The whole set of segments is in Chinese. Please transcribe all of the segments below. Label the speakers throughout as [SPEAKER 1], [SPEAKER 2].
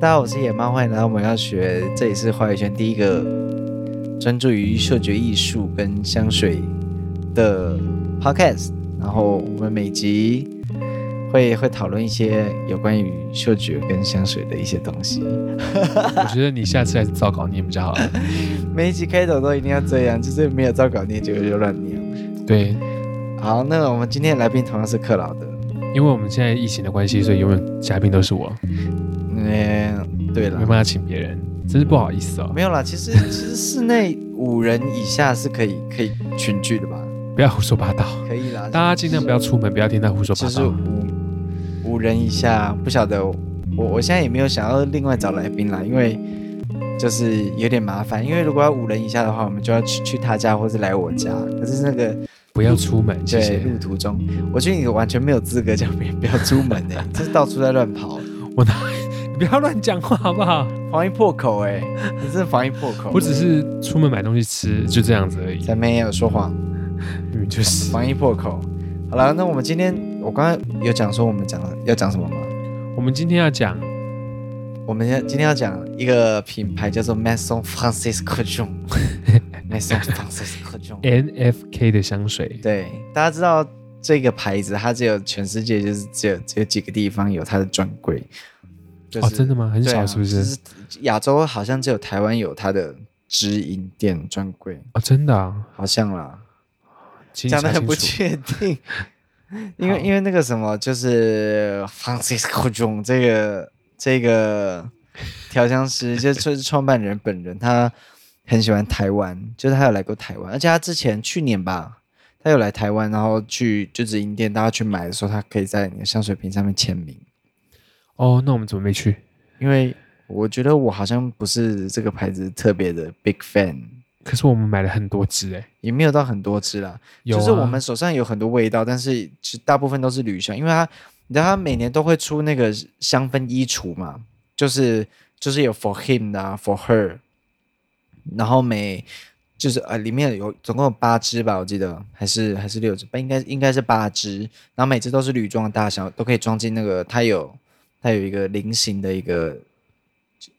[SPEAKER 1] 大家好，我是野妈，欢迎来到我们要学，这里是华语圈第一个专注于嗅觉艺术跟香水的 podcast。然后我们每集会会讨论一些有关于嗅觉跟香水的一些东西。
[SPEAKER 2] 我觉得你下次还是照稿念比较 好。
[SPEAKER 1] 每一集开头都一定要这样，就是没有照稿念，结果就乱念。
[SPEAKER 2] 对，
[SPEAKER 1] 好，那我们今天的来宾同样是克劳德。
[SPEAKER 2] 因为我们现在疫情的关系，所以永远嘉宾都是我，
[SPEAKER 1] 嗯，对
[SPEAKER 2] 没
[SPEAKER 1] 了
[SPEAKER 2] 办，法请别人，真是不好意思哦。
[SPEAKER 1] 没有啦，其实其实室内五人以下是可以可以群聚的吧？
[SPEAKER 2] 不要胡说八道，
[SPEAKER 1] 可以啦，
[SPEAKER 2] 大家尽量不要出门，不要听他胡说八
[SPEAKER 1] 就是
[SPEAKER 2] 道。
[SPEAKER 1] 五五人以下，不晓得我我现在也没有想要另外找来宾啦，因为就是有点麻烦，因为如果要五人以下的话，我们就要去去他家或是来我家，可是那个
[SPEAKER 2] 不要出门，谢
[SPEAKER 1] 对
[SPEAKER 2] 谢。
[SPEAKER 1] 路途中，我觉得你完全没有资格叫别人不要出门诶、 欸，这是到处在乱跑，
[SPEAKER 2] 我哪？你不要乱讲话好不好？
[SPEAKER 1] 防疫破口诶、你真的防疫破口，欸
[SPEAKER 2] 我只是出门买东西吃，就这样子而已。
[SPEAKER 1] 咱们也有说谎。
[SPEAKER 2] 嗯，就是
[SPEAKER 1] 防疫破口。好了，那我们今天我刚刚有讲说我们讲要讲什么吗？
[SPEAKER 2] 我们今天要讲，
[SPEAKER 1] 我们要今天要讲一个品牌叫做 Maison Francis c o j o n Maison Francis c o j o
[SPEAKER 2] 哎
[SPEAKER 1] n
[SPEAKER 2] NFK 的香水，
[SPEAKER 1] 对，大家知道这个牌子，它只有全世界就是只有只有几个地方有它的专柜。就是、
[SPEAKER 2] 哦，真的吗？很
[SPEAKER 1] 对啊
[SPEAKER 2] 少是不是？
[SPEAKER 1] 就是亚洲好像只有台湾有它的直营店专柜，
[SPEAKER 2] 哦，真的啊，
[SPEAKER 1] 好像啦。
[SPEAKER 2] 请你
[SPEAKER 1] 讲的
[SPEAKER 2] 查
[SPEAKER 1] 很
[SPEAKER 2] 清
[SPEAKER 1] 不
[SPEAKER 2] 楚。
[SPEAKER 1] 确定，因为
[SPEAKER 2] 好
[SPEAKER 1] 因为那个什么，就是 Francisco Jung 这个这个调香师，就是就是创办人本人，他很喜欢台湾，就是他有来过台湾，而且他之前去年吧，他有来台湾，然后去就直营店，大家去买的时候，他可以在你的香水瓶上面签名，
[SPEAKER 2] 哦，那我们怎么没去？
[SPEAKER 1] 因为我觉得我好像不是这个牌子特别的 big fan，
[SPEAKER 2] 可是我们买了很多支哎，
[SPEAKER 1] 也没有到很多支啦。
[SPEAKER 2] 有啊
[SPEAKER 1] 就是我们手上有很多味道，但是其实大部分都是铝香，因为它，你知道它每年都会出那个香氛衣橱嘛，就是就是有 for him 的、啊、for her，然后每就是呃里面有总共有八支吧，我记得还是还是六支，不应该应该是八支，然后每支都是铝装的大小，都可以装进那个它有它有一个菱形的一个。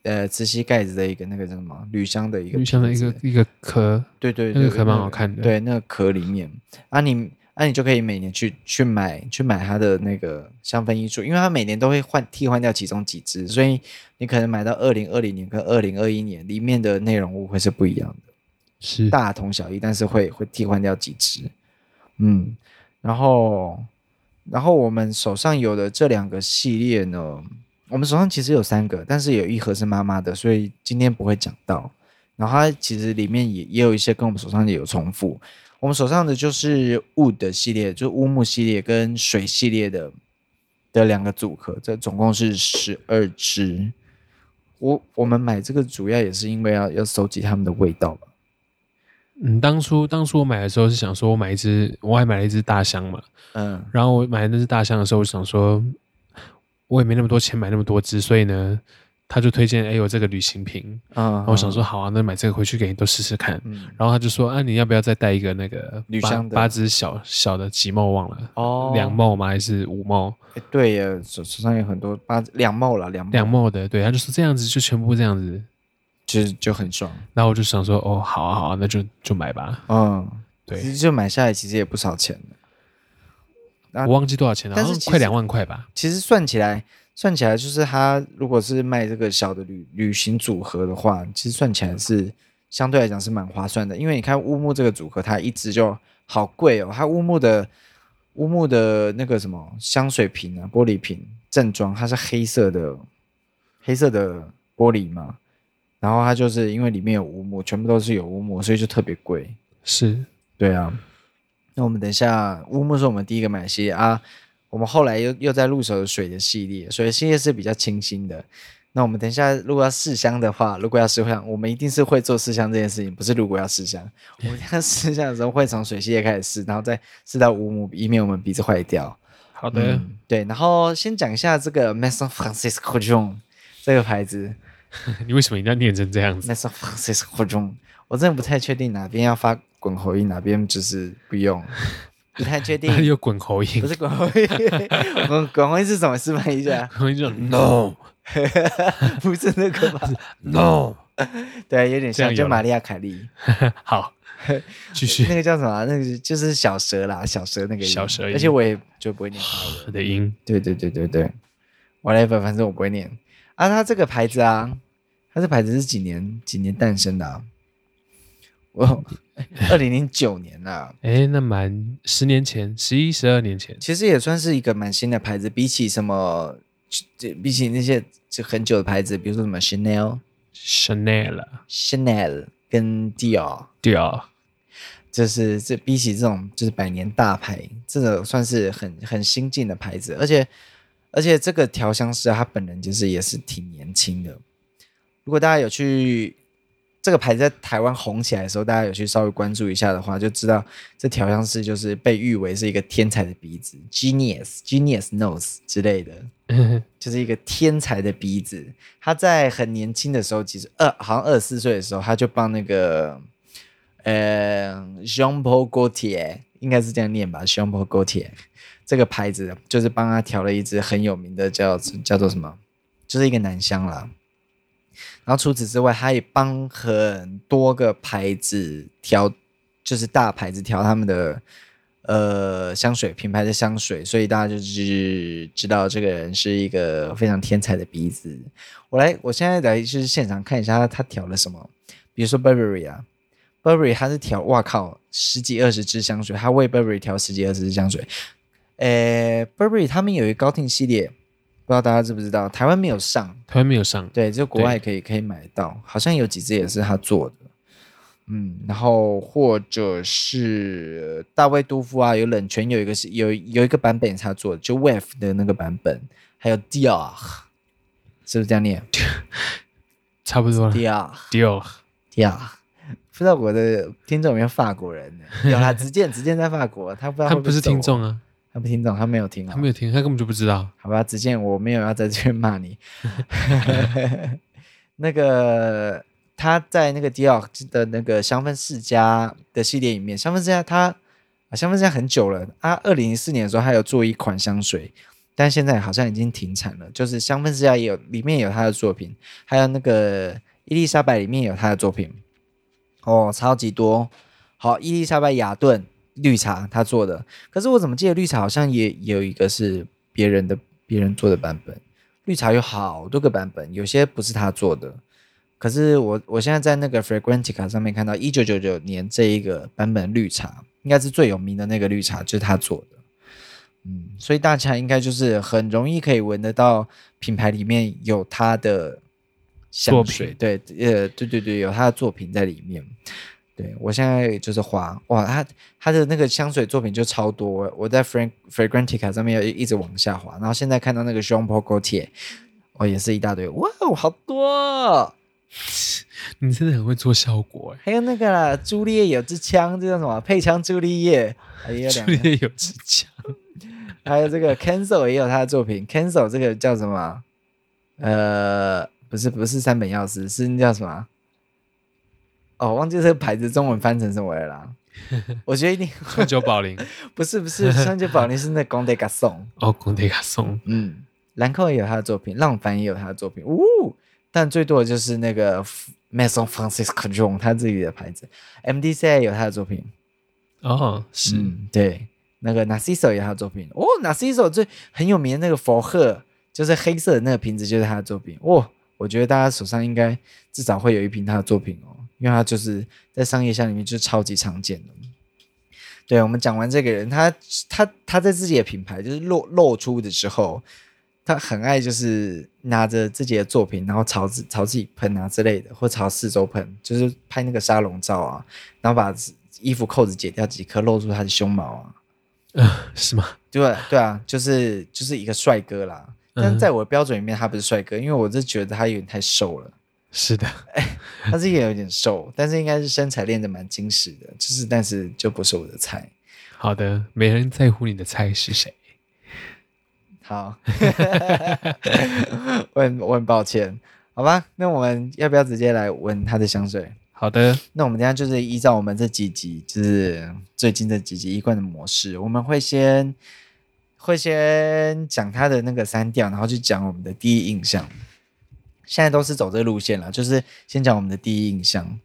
[SPEAKER 1] 呃，磁吸盖子的一个那个叫什么铝箱的一个
[SPEAKER 2] 就像
[SPEAKER 1] 瓶
[SPEAKER 2] 一
[SPEAKER 1] 子
[SPEAKER 2] 个一个壳，
[SPEAKER 1] 对对，
[SPEAKER 2] 那
[SPEAKER 1] 对
[SPEAKER 2] 个壳蛮好看的
[SPEAKER 1] 对，那个壳里面，啊你啊你就可以每年去去买去买它的那个香氛艺术，因为它每年都会换替换掉其中几支，所以你可能买到二零二零年跟二零二一年里面的内容物会是不一样的。
[SPEAKER 2] 是
[SPEAKER 1] 大同小异，但是会会替换掉几只。嗯，然后然后我们手上有的这两个系列呢，我们手上其实有三个，但是有一盒是妈妈的，所以今天不会讲到。然后它其实里面也也有一些跟我们手上的有重复。我们手上的就是 Wood 系列，就是乌木系列跟水系列的的两个组合，这总共是十二支。我我们买这个主要也是因为要要收集它们的味道吧。
[SPEAKER 2] 嗯，当初当初我买的时候是想说，我买一只，我还买了一只大箱嘛。
[SPEAKER 1] 嗯，
[SPEAKER 2] 然后我买那只大箱的时候，我想说，我也没那么多钱买那么多只，所以呢，他就推荐，哎，有这个旅行瓶。
[SPEAKER 1] 啊
[SPEAKER 2] 然后我想说，，好啊，那买这个回去给你都试试看。
[SPEAKER 1] 嗯，
[SPEAKER 2] 然后他就说，啊，你要不要再带一个那个
[SPEAKER 1] 旅
[SPEAKER 2] 八
[SPEAKER 1] 箱的
[SPEAKER 2] 八只小小的几毛忘了，
[SPEAKER 1] 哦
[SPEAKER 2] 两毛吗？还是五毛？
[SPEAKER 1] 诶哎对耶，手手上有很多八两帽啦，两帽
[SPEAKER 2] 两毛的，对，他就说这样子就全部这样子。
[SPEAKER 1] 就就很爽，
[SPEAKER 2] 然后我就想说，哦，好啊，好啊，那就就买吧。
[SPEAKER 1] 嗯，其
[SPEAKER 2] 对，
[SPEAKER 1] 实就买下来其实也不少钱了啊
[SPEAKER 2] 我忘记多少钱了，
[SPEAKER 1] 但
[SPEAKER 2] 好
[SPEAKER 1] 是
[SPEAKER 2] 像
[SPEAKER 1] 其实
[SPEAKER 2] 快两万块吧。
[SPEAKER 1] 其实算起来，算起来就是他如果是卖这个小的旅旅行组合的话，其实算起来是相对来讲是蛮划算的，因为你看乌木这个组合，它一支就好贵哦，它乌木的乌木的那个什么香水瓶啊，玻璃瓶正装，它是黑色的黑色的玻璃嘛，然后它就是因为里面有乌木，全部都是有乌木，所以就特别贵。
[SPEAKER 2] 是，
[SPEAKER 1] 对啊，那我们等一下乌木是我们第一个买的系列啊，我们后来又又在入手了水的系列，水的系列是比较清新的。那我们等一下如果要试香的话，如果要试香，我们一定是会做试香这件事情，不是如果要试香，我们要试香的时候会从水系列开始试，然后再试到乌木，以免我们鼻子坏掉。
[SPEAKER 2] 好的。
[SPEAKER 1] 嗯，对，然后先讲一下这个 Maison Francisco John 这个牌子
[SPEAKER 2] 你为什么一定要念成这样子？
[SPEAKER 1] ，Maison Francisco John，我真的不太确定哪边要发滚喉音，哪边就是不用，不太 确定
[SPEAKER 2] 哪。里有滚喉音
[SPEAKER 1] 不？是广辉，滚滚辉是什么？示范一下。
[SPEAKER 2] 滚喉音这种 no
[SPEAKER 1] 不是那个 吧？
[SPEAKER 2] No，
[SPEAKER 1] 对，有点
[SPEAKER 2] 这
[SPEAKER 1] 像，
[SPEAKER 2] 样有
[SPEAKER 1] 就
[SPEAKER 2] 了
[SPEAKER 1] 玛利亚凯莉，
[SPEAKER 2] 好，继
[SPEAKER 1] 那
[SPEAKER 2] 续
[SPEAKER 1] 个叫什么啊？那个就是小蛇啦，小蛇那个音
[SPEAKER 2] 小蛇音
[SPEAKER 1] 而且我也就不会 念它。
[SPEAKER 2] 我的音
[SPEAKER 1] 对对对对对，whatever，反正我不会念啊。它这个牌子啊，它这牌子是几年几年诞生的、啊？我 二零零九年啊啦、
[SPEAKER 2] 哎，那蛮十年前，十一、十二年前，
[SPEAKER 1] 其实也算是一个蛮新的牌子，比起什么，这比起那些就很久的牌子，比如说什么 Chanel、
[SPEAKER 2] Chanel、哦
[SPEAKER 1] Chanel 跟 Dior，
[SPEAKER 2] Dior，
[SPEAKER 1] 就是这比起这种就是百年大牌，这个算是很很新进的牌子，而且而且这个调香师啊他本人就是也是挺年轻的。如果大家有去这个牌子在台湾红起来的时候，大家有去稍微关注一下的话，就知道这调香师就是被誉为是一个天才的鼻子 （genius、genius nose） 之类的。就是一个天才的鼻子。他在很年轻的时候，其实二好像二十四岁的时候，他就帮那个呃 Jean Paul Gaultier，应该是这样念吧，Jean Paul Gaultier 这个牌子，就是帮他调了一支很有名的叫叫做什么，就是一个男香啦。然后除此之外，他也帮很多个牌子调，就是大牌子调他们的呃香水品牌的香水，所以大家就是知道这个人是一个非常天才的鼻子。我来，我现在来就是现场看一下他他调了什么，比如说 Burberry 啊，Burberry 他是调，哇靠，十几二十支香水，他为 Burberry 调十几二十支香水。呃，Burberry 他们有一个高定系列，不知道大家知不知道，台湾没有上，
[SPEAKER 2] 台湾没有上，
[SPEAKER 1] 对，就国
[SPEAKER 2] 对
[SPEAKER 1] 外可以可以买到，好像有几支也是他做的，嗯，然后或者是呃大卫杜夫啊，有冷泉有一个是有有一个版本也是他做的，就 Wave 的那个版本，还有 Dior，是不是这样念
[SPEAKER 2] 差不多了。哦
[SPEAKER 1] ？Dior
[SPEAKER 2] Dior，
[SPEAKER 1] Dior，不知道我的听众有没有法国人呢？有 啦，子健子健在法国，他不知道
[SPEAKER 2] 他
[SPEAKER 1] 会哦
[SPEAKER 2] 不是
[SPEAKER 1] 揍
[SPEAKER 2] 听
[SPEAKER 1] 我，
[SPEAKER 2] 众啊，
[SPEAKER 1] 他不听众，他没有听、哦，
[SPEAKER 2] 他没有听，他根本就不知道。
[SPEAKER 1] 好吧，子健，我没有要在这边骂你。 那个他在那个迪奥的那个香氛世家的系列里面，香氛世家他啊，香氛世家很久了，他二零一四年的时候，他有做一款香水，但现在好像已经停产了。就是香氛世家也有里面有他的作品，还有那个伊丽莎白里面有他的作品，哦，超级多。好，伊丽莎白雅顿绿茶他做的，可是我怎么记得绿茶好像也也有一个是别人的别人做的版本，绿茶有好多个版本，有些不是他做的。可是我我现在在那个 Fragrantica 上面看到一九九九年这一个版本绿茶，应该是最有名的那个绿茶，就是他做的。嗯，所以大家应该就是很容易可以闻得到品牌里面有他的香
[SPEAKER 2] 作
[SPEAKER 1] 水，
[SPEAKER 2] 品
[SPEAKER 1] 对，呃，对对对，有他的作品在里面。对我现在就是花哇，他他的那个香水作品就超多，我在 Frank Fragrantica 上面一直往下滑，然后现在看到那个 Jean Paul Gaultier，哦，也是一大堆，哇哦，好多哦！
[SPEAKER 2] 你真的很会做效果哎、
[SPEAKER 1] 还有那个啦，朱丽叶有支枪，这叫什么？配枪朱丽叶，还有
[SPEAKER 2] 欸，
[SPEAKER 1] 两
[SPEAKER 2] 朱
[SPEAKER 1] 个，
[SPEAKER 2] 丽有支枪，
[SPEAKER 1] 还有这个 Cancel 也有他的作品，Cancel 这个叫什么？呃，不是不是三本钥匙，是那叫什么？哦，忘记这个牌子中文翻成什么了 啦。我觉得一定
[SPEAKER 2] 川久保玲，
[SPEAKER 1] 不是不是，双杰宝林是那 Gonde Garçon。
[SPEAKER 2] 哦，贡迪卡松，
[SPEAKER 1] 嗯，兰蔻也有他的作品，浪凡也有他的作品，呜！但最多的就是那个 Maison Francis c o n j o n 他自己的牌子，MDC 也有他的作品，
[SPEAKER 2] 哦，是、
[SPEAKER 1] 嗯，对，那个 Narciso 也有他的作品，哦，Narciso 最很有名的那个佛赫，就是黑色的那个瓶子，就是他的作品，哦，我觉得大家手上应该至少会有一瓶他的作品哦，因为他就是在商业箱里面就是超级常见的。对我们讲完这个人，他他他在自己的品牌就是露露出的时候，他很爱就是拿着自己的作品，然后朝自朝自己喷啊之类的，或朝四周喷，就是拍那个沙龙照啊，然后把衣服扣子解掉几颗，露出他的胸毛啊。
[SPEAKER 2] 呃， 是吗？
[SPEAKER 1] 对啊对啊，就是就是一个帅哥啦。但是在我的标准里面，他不是帅哥，因为我是觉得他有点太瘦了，
[SPEAKER 2] 是的，
[SPEAKER 1] 他是也有点瘦，但是应该是身材练得蛮精实的，就是但是就不是我的菜。
[SPEAKER 2] 好的，没人在乎你的菜是谁，
[SPEAKER 1] 好， 我很我很抱歉，好吧？那我们要不要直接来闻他的香水？
[SPEAKER 2] 好的，
[SPEAKER 1] 那我们等一下就是依照我们这几集，就是最近这几集一贯的模式，我们会先会先讲他的那个三调，然后去讲我们的第一印象。现在都是走这个路线了，就是先讲我们的第一印象。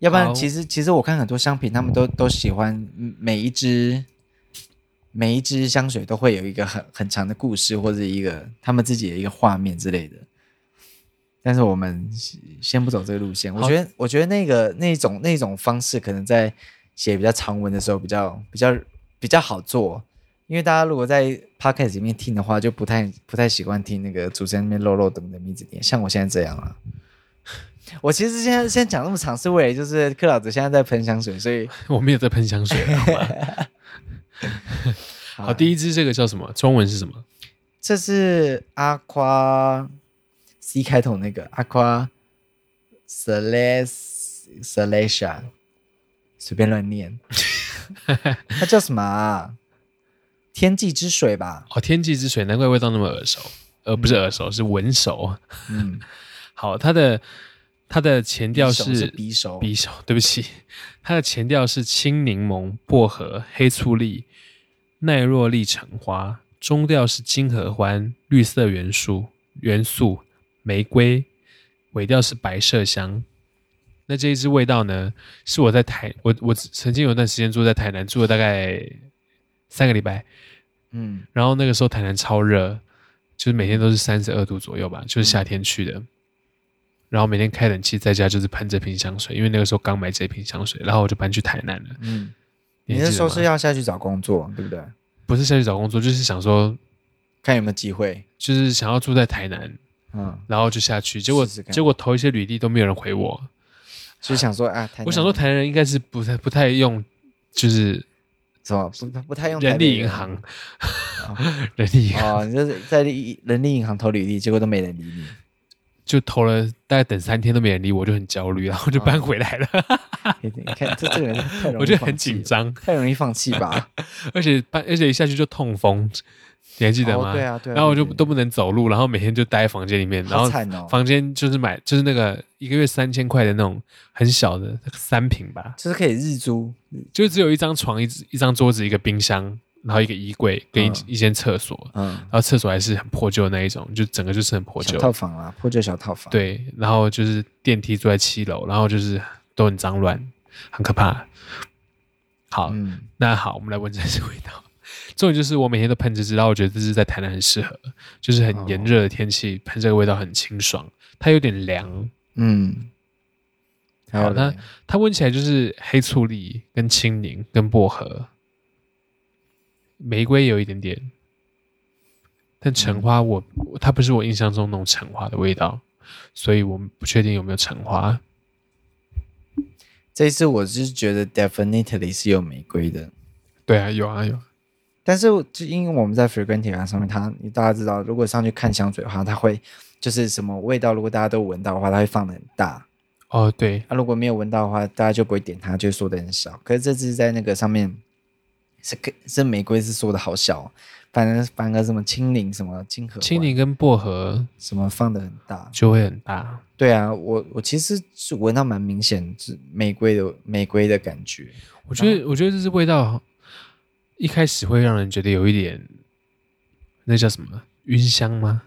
[SPEAKER 1] 要不然，
[SPEAKER 2] 好
[SPEAKER 1] 其实其实我看很多商品，他们都都喜欢嗯每一支每一支香水都会有一个很很长的故事，或者一个他们自己的一个画面之类的。但是我们先先不走这个路线，我
[SPEAKER 2] 好
[SPEAKER 1] 觉得我觉得那个那种那种方式，可能在写比较长文的时候比较比较比较好做，因为大家如果在 podcast 里面听的话，就不太不太习惯听那个主持人那边漏漏等的名字念，像我现在这样了、 我其实现在现在讲那么长，是为了就是克老子现在在喷香水，所以
[SPEAKER 2] 我没有在喷香水，好吗？好，第一支这个叫什么？中文是什么？
[SPEAKER 1] 这是阿夸 C 开头那个阿夸 Celeste Celestia，随便乱 念，它叫什么、啊？天际之水吧？
[SPEAKER 2] 哦，天际之水，难怪味道那么耳熟，呃，不是耳熟，是闻熟。
[SPEAKER 1] 嗯，
[SPEAKER 2] 好，它的它的前调
[SPEAKER 1] 匕首
[SPEAKER 2] 是
[SPEAKER 1] 匕首，
[SPEAKER 2] 匕首，对不起，它的前调是青柠檬、薄荷、黑醋栗、奈若利橙花，中调是金合欢、绿色元素元素、玫瑰，尾调是白麝香。那这一支味道呢，是我在台我我曾经有段时间住在台南，住了大概三个礼拜，
[SPEAKER 1] 嗯
[SPEAKER 2] 然后那个时候台南超热，就是每天都是三十二度左右吧，就是
[SPEAKER 1] 嗯
[SPEAKER 2] 夏天去的。然后每天开冷气，在家就是喷这瓶香水，因为那个时候刚买这瓶香水，然后我就搬去台南了。
[SPEAKER 1] 嗯，
[SPEAKER 2] 你
[SPEAKER 1] 你
[SPEAKER 2] 还
[SPEAKER 1] 是
[SPEAKER 2] 记得
[SPEAKER 1] 说
[SPEAKER 2] 吗
[SPEAKER 1] 是要下去找工作，对不对？
[SPEAKER 2] 不是下去找工作，就是想说，
[SPEAKER 1] 看有没有机会，
[SPEAKER 2] 就是想要住在台南，
[SPEAKER 1] 嗯，
[SPEAKER 2] 然后就下去。结果
[SPEAKER 1] 试试看
[SPEAKER 2] 结果投一些履历都没有人回我。
[SPEAKER 1] 就是想说啊，台南
[SPEAKER 2] 我想说台南人应该是不太不太用，就是
[SPEAKER 1] 什么不不不太用台
[SPEAKER 2] 人
[SPEAKER 1] 北
[SPEAKER 2] 力银行， 人力银行
[SPEAKER 1] 哦，你就是在力人力银行投履历，结果都没人理你。
[SPEAKER 2] 就投了，大概等三天都没人理我，就很焦虑，然后就搬回来了。
[SPEAKER 1] 你看这这个人哦太容易，
[SPEAKER 2] 我觉得很紧，张，
[SPEAKER 1] 太容易放弃吧？
[SPEAKER 2] 而且搬，而且一下去就痛风，你 还记得吗？
[SPEAKER 1] 哦对啊，对啊。
[SPEAKER 2] 然后我就
[SPEAKER 1] 对
[SPEAKER 2] 都不能走路，然后每天就待在房间里面，然
[SPEAKER 1] 好
[SPEAKER 2] 后
[SPEAKER 1] 惨哦，
[SPEAKER 2] 房间就是买就是那个一个月三千块的那种很小的三平吧，
[SPEAKER 1] 就是可以日租，
[SPEAKER 2] 就只有一张床、一一张桌子、一个冰箱，然后一个衣柜跟一、
[SPEAKER 1] 嗯
[SPEAKER 2] 一间厕所，
[SPEAKER 1] 嗯，
[SPEAKER 2] 然后厕所还是很破旧的那一种，就整个就是很破
[SPEAKER 1] 小
[SPEAKER 2] 旧。
[SPEAKER 1] 套房啦，破旧小套房。，
[SPEAKER 2] 对，然后就是电梯住在七楼，然后就是都很脏乱，很可怕。好，
[SPEAKER 1] 嗯，
[SPEAKER 2] 那好，我们来闻这支味道。 重点就是我每天都喷这支，然后我觉得这支在台南很适合，就是很炎热的天气，喷这个味道很清爽。它有点凉，
[SPEAKER 1] 嗯，还有
[SPEAKER 2] 好那
[SPEAKER 1] 嘞
[SPEAKER 2] 它闻起来就是黑醋栗、跟青柠、跟薄荷，玫瑰有一点点，但橙花我它不是我印象中那种橙花的味道，所以我们不确定有没有橙花。
[SPEAKER 1] 这一次我是觉得 definitely 是有玫瑰的，
[SPEAKER 2] 对啊，有啊有啊
[SPEAKER 1] 但是就因为我们在 Fragrantica 上面，它你大家知道，如果上去看香水的话，它会就是什么味道，如果大家都闻到的话，它会放的很大。
[SPEAKER 2] 哦，对，
[SPEAKER 1] 啊，如果没有闻到的话，大家就不会点它，就说的很少。可是这只在那个上面是跟是玫瑰是说的好小哦，反正反而什么青柠什么金合
[SPEAKER 2] 青柠跟薄荷
[SPEAKER 1] 什么放的很大。
[SPEAKER 2] 就会很大。
[SPEAKER 1] 对啊，我我其实是闻到蛮明显是玫瑰的玫瑰的感觉。
[SPEAKER 2] 我觉得，我觉得这支味道一开始会让人觉得有一点，那叫什么晕香吗？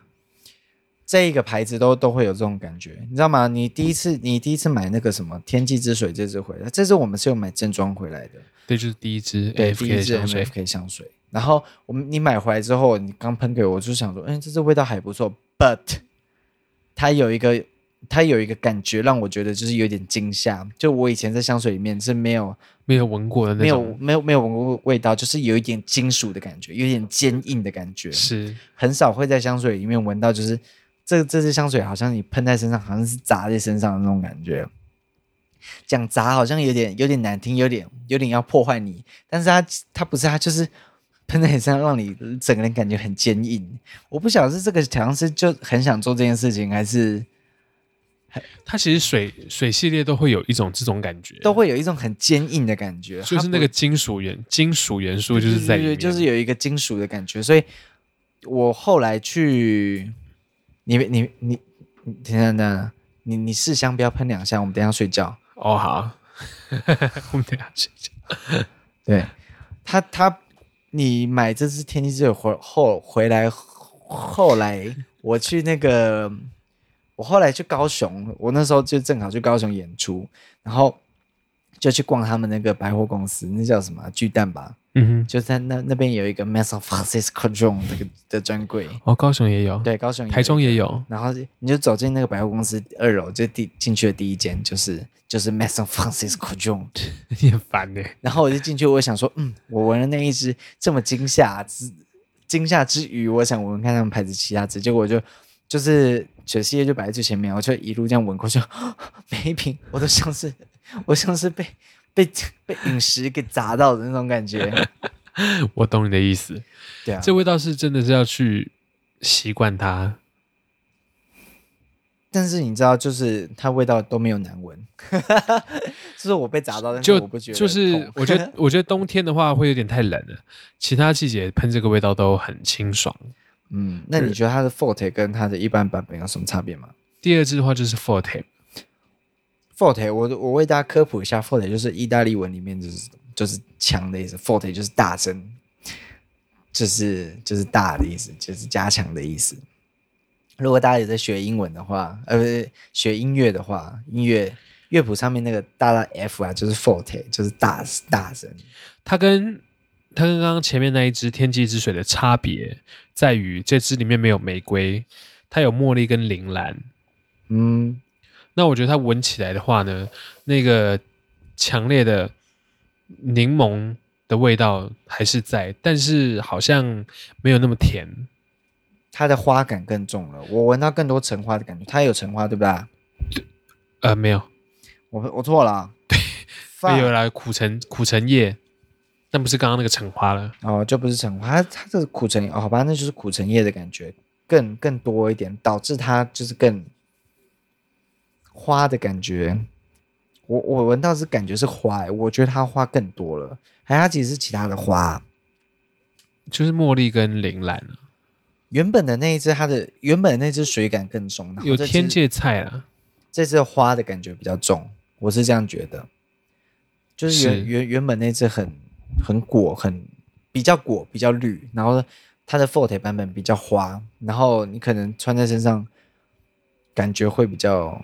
[SPEAKER 1] 这一个牌子都都会有这种感觉，你知道吗？你第一次你第一次买那个什么天际之水这支回来，这支我们是有买正装回来的。
[SPEAKER 2] 对，就是第一支
[SPEAKER 1] 对，第
[SPEAKER 2] AFK
[SPEAKER 1] 一
[SPEAKER 2] 的
[SPEAKER 1] 支
[SPEAKER 2] 香水，
[SPEAKER 1] MFK 香水。然后我们你买回来之后，你刚喷给我，我就想说，嗯，这支味道还不错，but 它有一个它有一个感觉让我觉得就是有点惊吓，就我以前在香水里面是没有
[SPEAKER 2] 没有闻过的那
[SPEAKER 1] 没
[SPEAKER 2] 种
[SPEAKER 1] 有，没有没有闻过味道，就是有一点金属的感觉，有点坚硬的感觉，
[SPEAKER 2] 是
[SPEAKER 1] 很少会在香水里面闻到，就是这这支香水好像你喷在身上，好像是砸在身上的那种感觉。讲砸好像有点有点难听，有点有点要破坏你，但是它它不是它就是喷在你身上，让你整个人感觉很坚硬。我不晓得是这个强是就很想做这件事情，还是
[SPEAKER 2] 它其实水水系列都会有一种这种感觉，
[SPEAKER 1] 都会有一种很坚硬的感觉，
[SPEAKER 2] 就是那
[SPEAKER 1] 它不
[SPEAKER 2] 个金属元金属元素就
[SPEAKER 1] 对
[SPEAKER 2] 是在里
[SPEAKER 1] 对对
[SPEAKER 2] 面，
[SPEAKER 1] 就是有一个金属的感觉。所以我后来去，你你你，你等等等，你你试香不要喷两下，我们等一下睡觉。
[SPEAKER 2] 哦好，我们等一下睡觉。
[SPEAKER 1] 对，他他，你买这支天气之后回后回来后来，我去那个。我后来去高雄，我那时候就正好去高雄演出，然后就去逛他们那个百货公司，那叫什么啊巨蛋吧？
[SPEAKER 2] 嗯
[SPEAKER 1] 就在那那边有一个 Mass of Francisco John 这个的专柜，
[SPEAKER 2] 哼，哦，高雄也有，
[SPEAKER 1] 对，高雄有
[SPEAKER 2] 台中也有，
[SPEAKER 1] 然后你就走进那个百货公司二楼，就第进去的第一间就是就是 Maison Francisco John，
[SPEAKER 2] 你很烦呢、
[SPEAKER 1] 然后我就进去，我想说，嗯，我闻了那一只这么惊吓之惊吓之余，我想闻闻看他们牌子其他只，结果我就就是雪西叶就摆在最前面，我就一路这样闻过去，每一瓶我都像是 我像是被被被陨石给砸到的那种感觉，
[SPEAKER 2] 我懂你的意思，
[SPEAKER 1] 对啊，
[SPEAKER 2] 这味道是真的是要去习惯它。
[SPEAKER 1] 但是你知道，就是它味道都没有难闻， 就是我被砸到，但是
[SPEAKER 2] 就
[SPEAKER 1] 我不觉得
[SPEAKER 2] 就
[SPEAKER 1] 痛，
[SPEAKER 2] 是我 觉得，我觉得冬天的话会有点太冷了，其他季节喷这个味道都很清爽。
[SPEAKER 1] 嗯，那你觉得它的 Forte 跟它的一般版本有什么差别吗
[SPEAKER 2] 第二支的话就是 Forte，
[SPEAKER 1] ？Forte，我我为大家科普一下，Forte 就是意大利文里面就是就是强的意思，Forte 就是大声，就是就是大的意思，就是加强的意思。如果大家有在学英文的话，呃，不是学音乐的话，音乐乐谱上面那个大大 F 啊，就是 Forte，就是大大声。
[SPEAKER 2] 它跟它跟刚刚前面那一支天际之水的差别在于，这支里面没有玫瑰，它有茉莉跟铃兰。
[SPEAKER 1] 嗯，
[SPEAKER 2] 那我觉得它闻起来的话呢，那个强烈的柠檬的味道还是在，但是好像没有那么甜。
[SPEAKER 1] 它的花感更重了，我闻到更多橙花的感觉。它有橙花对吧？
[SPEAKER 2] 呃，没有，
[SPEAKER 1] 我我错了啊，
[SPEAKER 2] 哎有
[SPEAKER 1] 了
[SPEAKER 2] 啦，苦橙苦橙叶，但不是刚刚那个橙花了。
[SPEAKER 1] 哦，就不是橙花，它它的苦橙哦，好吧，那就是苦橙叶的感觉更更多一点，导致它就是更花的感觉。我我闻到是感觉是花、欸，我觉得它花更多了，还它其实是其他的花。
[SPEAKER 2] 就是茉莉跟铃兰啊
[SPEAKER 1] 原本的那一只，它的原本的那只水感更重，然后
[SPEAKER 2] 有
[SPEAKER 1] 这只
[SPEAKER 2] 天界菜啊啦，
[SPEAKER 1] 这只花的感觉比较重，我是这样觉得。就是原
[SPEAKER 2] 是
[SPEAKER 1] 原原本那只很很果，很比较果，比较绿，然后它的 Forte 版本比较花，然后你可能穿在身上，感觉会比较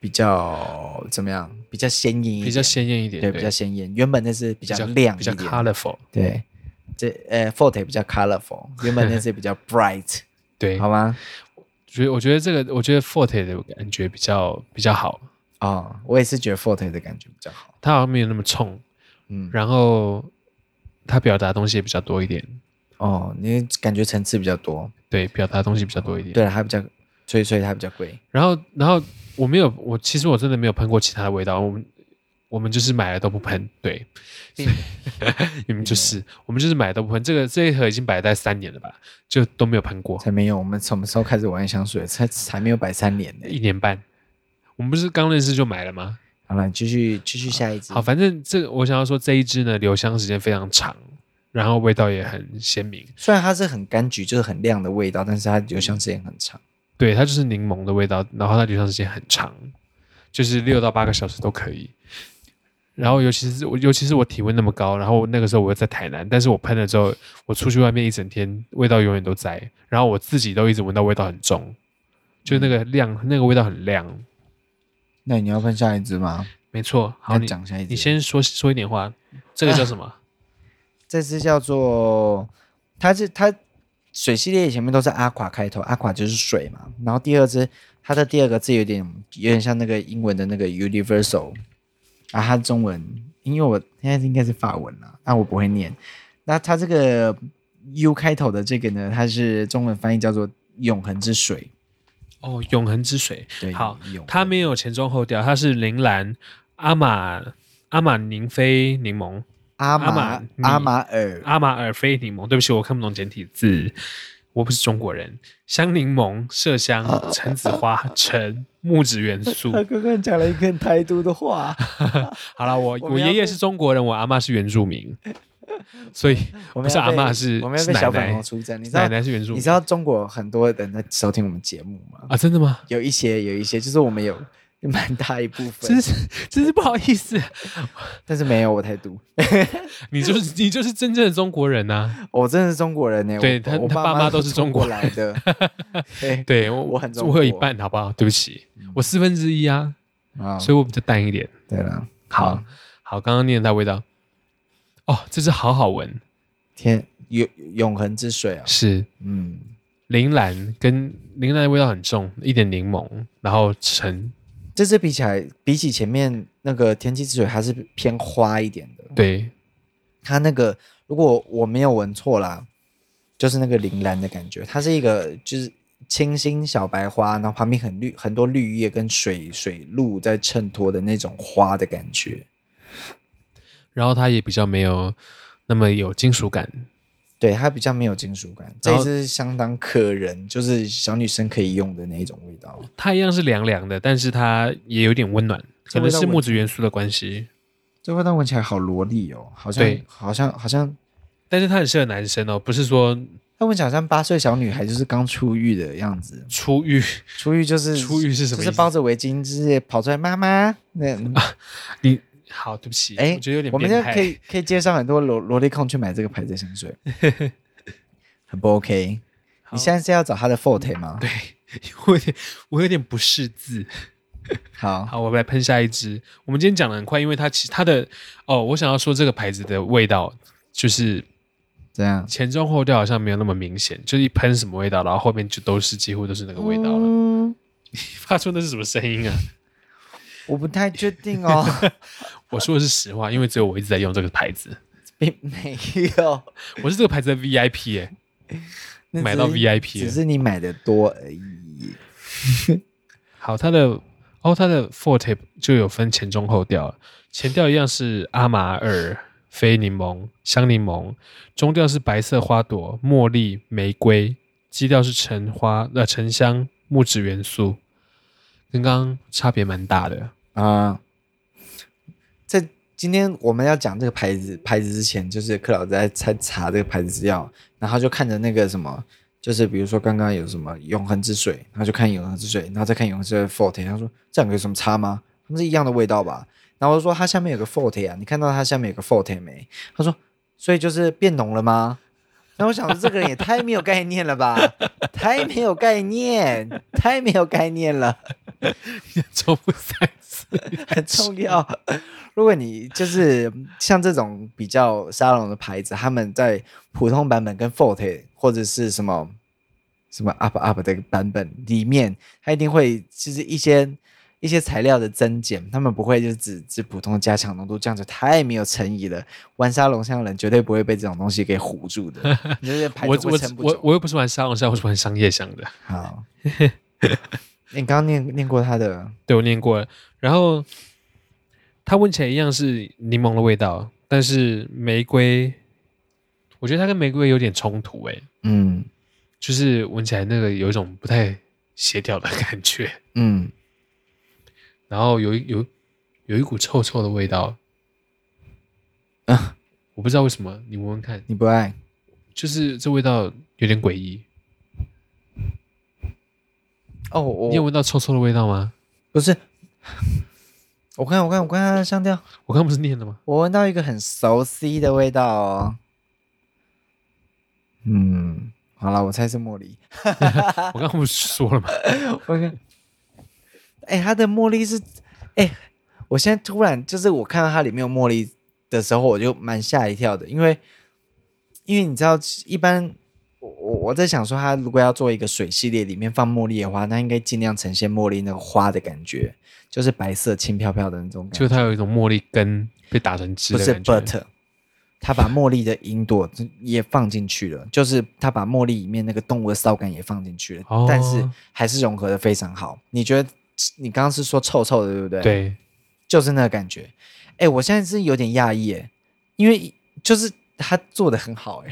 [SPEAKER 1] 比较怎么样？比较鲜艳一点，
[SPEAKER 2] 比较鲜艳一点，
[SPEAKER 1] 对，比较鲜艳。原本那只比
[SPEAKER 2] 比
[SPEAKER 1] 较
[SPEAKER 2] 较
[SPEAKER 1] 亮一
[SPEAKER 2] 比较
[SPEAKER 1] 点，
[SPEAKER 2] colorful。
[SPEAKER 1] 对。这呃，Forte 比较 colorful，原本那只比较 bright，
[SPEAKER 2] 对，
[SPEAKER 1] 好吗？
[SPEAKER 2] 觉得我觉得这个，我觉得 forte 的感觉比较比较好，
[SPEAKER 1] 哦，我也是觉得 Forte 的感觉比较好。
[SPEAKER 2] 它好像没有那么冲，
[SPEAKER 1] 嗯，
[SPEAKER 2] 然后它表达的东西也比较多一点，
[SPEAKER 1] 哦，你感觉层次比较多，
[SPEAKER 2] 对，表达的东西比较多一点。
[SPEAKER 1] 对了，它比较，所以所以它比较贵。
[SPEAKER 2] 然后然后我没有，我其实我真的没有喷过其他的味道，我们我们就是买了都不喷，对，你们就是我们就是买了都不喷，这个这一盒已经摆了大概三年了吧，就都没有喷过，
[SPEAKER 1] 才没有，我们什么时候开始玩香水？才才没有摆三年呢。
[SPEAKER 2] 一年半，我们不是刚认识就买了吗？
[SPEAKER 1] 好了，继续继续下一支。
[SPEAKER 2] 好，反正这个我想要说这一支呢，留香时间非常长，然后味道也很鲜明。
[SPEAKER 1] 虽然它是很柑橘，就是很亮的味道，但是它留香时间很长。
[SPEAKER 2] 对，它就是柠檬的味道，然后它留香时间很长，就是六到八个小时都可以。然后尤其是我，尤其是我体温那么高，然后那个时候我又在台南，但是我喷了之后，我出去外面一整天，味道永远都在，然后我自己都一直闻到味道很重，就是那个亮，那个味道很亮。
[SPEAKER 1] 那你要喷下一支吗？
[SPEAKER 2] 没错，好，
[SPEAKER 1] 要
[SPEAKER 2] 你啊
[SPEAKER 1] 讲下一支。
[SPEAKER 2] 你先说说一点话，这个叫什么？
[SPEAKER 1] 这支叫做，它是它水系列前面都是阿垮开头，阿垮就是水嘛。然后第二支，它的第二个字有点有点像那个英文的那个 universal 啊，它中文，因为我现在应该是法文啦，但我不会念。那它这个 U 开头的这个呢，它是中文翻译叫做永恒之水。
[SPEAKER 2] 哦，永恒之水。
[SPEAKER 1] 对，
[SPEAKER 2] 好
[SPEAKER 1] 永
[SPEAKER 2] 它没有前中后调，它是铃兰、阿玛、阿玛宁菲柠檬、
[SPEAKER 1] 阿
[SPEAKER 2] 阿
[SPEAKER 1] 马
[SPEAKER 2] 玛尼
[SPEAKER 1] 阿马尔
[SPEAKER 2] 阿玛尔菲柠檬。对不起，我看不懂简体
[SPEAKER 1] 嗯
[SPEAKER 2] 字，我不是中国人。香柠檬、麝
[SPEAKER 1] 啊
[SPEAKER 2] 香、橙子花、橙、木质 元素。
[SPEAKER 1] 刚刚讲了一个很台独的话，
[SPEAKER 2] 好了，我
[SPEAKER 1] 我
[SPEAKER 2] 我
[SPEAKER 1] 们要
[SPEAKER 2] 爷爷
[SPEAKER 1] 被
[SPEAKER 2] 是中国人，我阿妈是原住民， 所以
[SPEAKER 1] 我
[SPEAKER 2] 不
[SPEAKER 1] 们
[SPEAKER 2] 是
[SPEAKER 1] 要
[SPEAKER 2] 阿
[SPEAKER 1] 被
[SPEAKER 2] 嬷是
[SPEAKER 1] 我们要
[SPEAKER 2] 是
[SPEAKER 1] 被
[SPEAKER 2] 奶
[SPEAKER 1] 小粉
[SPEAKER 2] 奶
[SPEAKER 1] 红出征，你知道
[SPEAKER 2] 奶奶是原住
[SPEAKER 1] 你
[SPEAKER 2] 民
[SPEAKER 1] 知道中国很多人在收听我们节目吗？
[SPEAKER 2] 啊？真的吗？
[SPEAKER 1] 有一些，有一些，就是我们有， 蛮大一部分。
[SPEAKER 2] 真是真是不好意思，
[SPEAKER 1] 但是没有我台独，
[SPEAKER 2] 你就是你就是真正的中国人啊 呐、
[SPEAKER 1] 我真的是中国人呢、欸我
[SPEAKER 2] 对他
[SPEAKER 1] 我
[SPEAKER 2] 他
[SPEAKER 1] 爸
[SPEAKER 2] 爸妈都
[SPEAKER 1] 都
[SPEAKER 2] 是中
[SPEAKER 1] 中
[SPEAKER 2] 国
[SPEAKER 1] 来的。 对
[SPEAKER 2] 对我
[SPEAKER 1] 我很中
[SPEAKER 2] 我有一
[SPEAKER 1] 国嗯
[SPEAKER 2] 半好不好？对不起，我四分之一啊，
[SPEAKER 1] 啊，
[SPEAKER 2] 所以我比较淡一点。
[SPEAKER 1] 对了，
[SPEAKER 2] 好好，刚刚念到味道，哦，这是好好闻，
[SPEAKER 1] 天永永恒之水啊，
[SPEAKER 2] 是
[SPEAKER 1] 嗯，
[SPEAKER 2] 铃兰跟铃兰的味道很重，一点柠檬，然后橙，
[SPEAKER 1] 这支比起来，比起前面那个天气之水，它是偏花一点的。
[SPEAKER 2] 对，
[SPEAKER 1] 它那个如果我没有闻错啦，就是那个铃兰的感觉，它是一个就是清新小白花，然后旁边很绿，很多绿叶跟水水路在衬托的那种花的感觉。
[SPEAKER 2] 然后它也比较没有那么有金属感，
[SPEAKER 1] 对，它比较没有金属感，
[SPEAKER 2] 然
[SPEAKER 1] 这
[SPEAKER 2] 后
[SPEAKER 1] 一支相当可人，就是小女生可以用的那一种味道。
[SPEAKER 2] 它一样是凉凉的，但是它也有点温暖，可
[SPEAKER 1] 这
[SPEAKER 2] 能
[SPEAKER 1] 味道
[SPEAKER 2] 是
[SPEAKER 1] 温
[SPEAKER 2] 木质元素的关系，
[SPEAKER 1] 这味道闻起来好萝莉哦，好像
[SPEAKER 2] 对
[SPEAKER 1] 好像好像，
[SPEAKER 2] 但是它很适合男生哦，不是说
[SPEAKER 1] 它闻起来好像八岁小女孩，就是刚出狱的样子。
[SPEAKER 2] 出狱，
[SPEAKER 1] 出狱就是
[SPEAKER 2] 出狱是什么意
[SPEAKER 1] 就
[SPEAKER 2] 思
[SPEAKER 1] 是包着围巾，就是跑出来妈妈那
[SPEAKER 2] 你好，对不起，
[SPEAKER 1] 哎
[SPEAKER 2] 我觉得有点
[SPEAKER 1] 我们
[SPEAKER 2] 变
[SPEAKER 1] 现在
[SPEAKER 2] 态
[SPEAKER 1] 可以可以介绍很多萝萝莉控去买这个牌子的香 水，很不 OK。
[SPEAKER 2] 好
[SPEAKER 1] 你现在是要找他的 forte 吗？
[SPEAKER 2] 对，我有点我有点不识字。
[SPEAKER 1] 好，
[SPEAKER 2] 好，我来喷下一支。我们今天讲的很快，因为它其它的哦，我想要说这个牌子的味道就是
[SPEAKER 1] 这样
[SPEAKER 2] 前中后调好像没有那么明显，就是一喷什么味道，然后后面就都是几乎都是那个味道了。
[SPEAKER 1] 嗯
[SPEAKER 2] 发出那是什么声音啊？
[SPEAKER 1] 我不太确定哦，
[SPEAKER 2] 我说的是实话，因为只有我一直在用这个牌子，
[SPEAKER 1] 并没有
[SPEAKER 2] 我是这个牌子的 VIP 哎、
[SPEAKER 1] 那只是
[SPEAKER 2] 买到 VIP
[SPEAKER 1] 只
[SPEAKER 2] 了。
[SPEAKER 1] 是你买的多而已。
[SPEAKER 2] 好，它的哦，它的 Forte 就有分前中后调了，前调一样是阿玛尔、非柠檬、香柠檬，中调是白色花朵、茉莉、玫瑰，基调是橙花呃橙香、木质元素，跟刚刚差别蛮大 的。
[SPEAKER 1] 啊、在今天我们要讲这个牌子牌子之前，就是克劳德在在查这个牌子资料，然后就看着那个什么，就是比如说刚刚有什么永恒之水，然后就看永恒之水，然后再看永恒之水的 forte，他说这两个有什么差吗？他们是一样的味道吧？然后我就说它下面有个 forte 啊，你看到它下面有个 forte 没？他说所以就是变浓了吗？然后我想说这个人也太没有概念了吧，太没有概念，太没有概念了。
[SPEAKER 2] 重复三次，
[SPEAKER 1] 很重要。如果你就是像这种比较沙龙的牌子，他们在普通版本跟 Forte 或者是什么什么 Up Up 的版本里面，它一定会就是一些一些材料的增减，他们不会就是只只普通的加强浓度，这样就太没有诚意了。玩沙龙像的人绝对不会被这种东西给唬住的， 你这些牌
[SPEAKER 2] 我
[SPEAKER 1] 子会
[SPEAKER 2] 我
[SPEAKER 1] 撑不
[SPEAKER 2] 我
[SPEAKER 1] 久。
[SPEAKER 2] 我又不是玩沙龙香，我是玩商业香的。
[SPEAKER 1] 好， 你刚刚念念过他的，
[SPEAKER 2] 对我念过了。然后它闻起来一样是柠檬的味道，但是玫瑰，我觉得它跟玫瑰有点冲突诶、
[SPEAKER 1] 嗯
[SPEAKER 2] 就是闻起来那个有一种不太协调的 感觉，
[SPEAKER 1] 嗯，
[SPEAKER 2] 然后有一有有一股臭臭的味道
[SPEAKER 1] 啊
[SPEAKER 2] 我不知道为什么，你闻闻看，
[SPEAKER 1] 你不爱。
[SPEAKER 2] 就是这味道有点诡异。
[SPEAKER 1] 哦，我
[SPEAKER 2] 你有闻到臭臭的味道吗？
[SPEAKER 1] 不是，我看我看我看它的香调，
[SPEAKER 2] 我刚刚不是念了吗？
[SPEAKER 1] 我闻到一个很熟悉的味道哦。嗯，好了，我猜是茉莉。
[SPEAKER 2] 我刚刚不是说了吗？
[SPEAKER 1] 我看，哎、它的茉莉是，哎、我现在突然就是我看到它里面有茉莉的时候，我就蛮吓一跳的，因为因为你知道，一般我我我在想说，它如果要做一个水系列，里面放茉莉的话，那应该尽量呈现茉莉那个花的感觉，就是白色轻飘飘的那种感觉。
[SPEAKER 2] 就它有一种茉莉根被打成汁
[SPEAKER 1] 不
[SPEAKER 2] 的
[SPEAKER 1] 是
[SPEAKER 2] 感觉。
[SPEAKER 1] but，他把茉莉的银朵也放进去了，就是他把茉莉里面那个动物的骚感也放进去了，
[SPEAKER 2] 哦
[SPEAKER 1] 但是还是融合的非常好。你觉得你刚刚是说臭臭的，对不对？，
[SPEAKER 2] 对，
[SPEAKER 1] 就是那个感觉。哎，我现在是有点讶异，哎，因为就是他做的很好， 哎，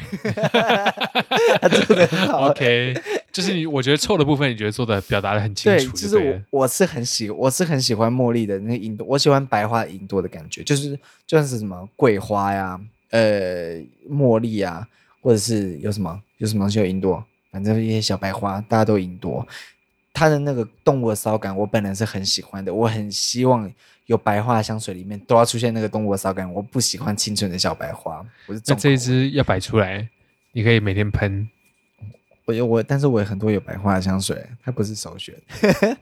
[SPEAKER 1] 他做的很好。
[SPEAKER 2] OK，就是你，我觉得臭的部分，你觉得做的表达的很清
[SPEAKER 1] 对，
[SPEAKER 2] 楚
[SPEAKER 1] 就是
[SPEAKER 2] 对了
[SPEAKER 1] 我，我是很喜，我是很喜欢茉莉的那个银朵，我喜欢白花银朵的感觉，就是就算是什么桂花呀，呃，茉莉啊，或者是有什么有什么东西有银朵，反正一些小白花，大家都有银朵，它的那个动物的骚感，我本人是很喜欢的。我很希望有白花的香水里面都要出现那个动物的骚感。我不喜欢清纯的小白花，我是
[SPEAKER 2] 那
[SPEAKER 1] 重
[SPEAKER 2] 这一
[SPEAKER 1] 口
[SPEAKER 2] 支要摆出来，你可以每天喷。
[SPEAKER 1] 味我我，但是我有很多有白花的香水，它不是首选。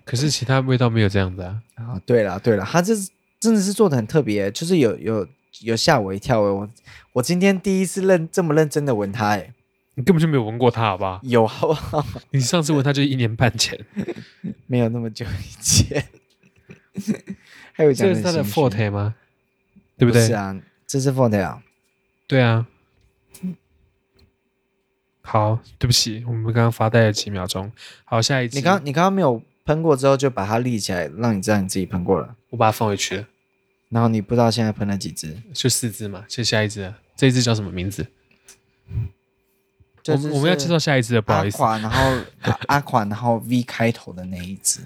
[SPEAKER 2] 可是其他味道没有这样子啊。
[SPEAKER 1] 啊，对了对了，他这是真的是做的很特别，就是有有有吓我一跳诶，我我今天第一次认这么认真的闻它诶，
[SPEAKER 2] 你根本就没有闻过它，好不好？
[SPEAKER 1] 有啊好不好？
[SPEAKER 2] 你上次闻它就是一年半前，
[SPEAKER 1] 没有那么久以前，还有讲
[SPEAKER 2] 这
[SPEAKER 1] 得
[SPEAKER 2] 是它的
[SPEAKER 1] 很心虚
[SPEAKER 2] forte 吗？对不
[SPEAKER 1] 不
[SPEAKER 2] 对？
[SPEAKER 1] 是啊，这是 forte 啊，
[SPEAKER 2] 对啊。好，对不起，我们刚刚发呆了几秒钟。好，下一支
[SPEAKER 1] 你刚你刚刚没有喷过之后就把它立起来，让你知道你自己喷过了，
[SPEAKER 2] 我把它放回去了，
[SPEAKER 1] 然后你不知道现在喷了几支，
[SPEAKER 2] 就四支嘛，就下一支了。这一支叫什么名字？
[SPEAKER 1] 就
[SPEAKER 2] 我
[SPEAKER 1] 是
[SPEAKER 2] 们我们要介绍下一支了，不好
[SPEAKER 1] 阿
[SPEAKER 2] 意思。
[SPEAKER 1] 垮，然后阿阿垮，然后 V 开头的那一支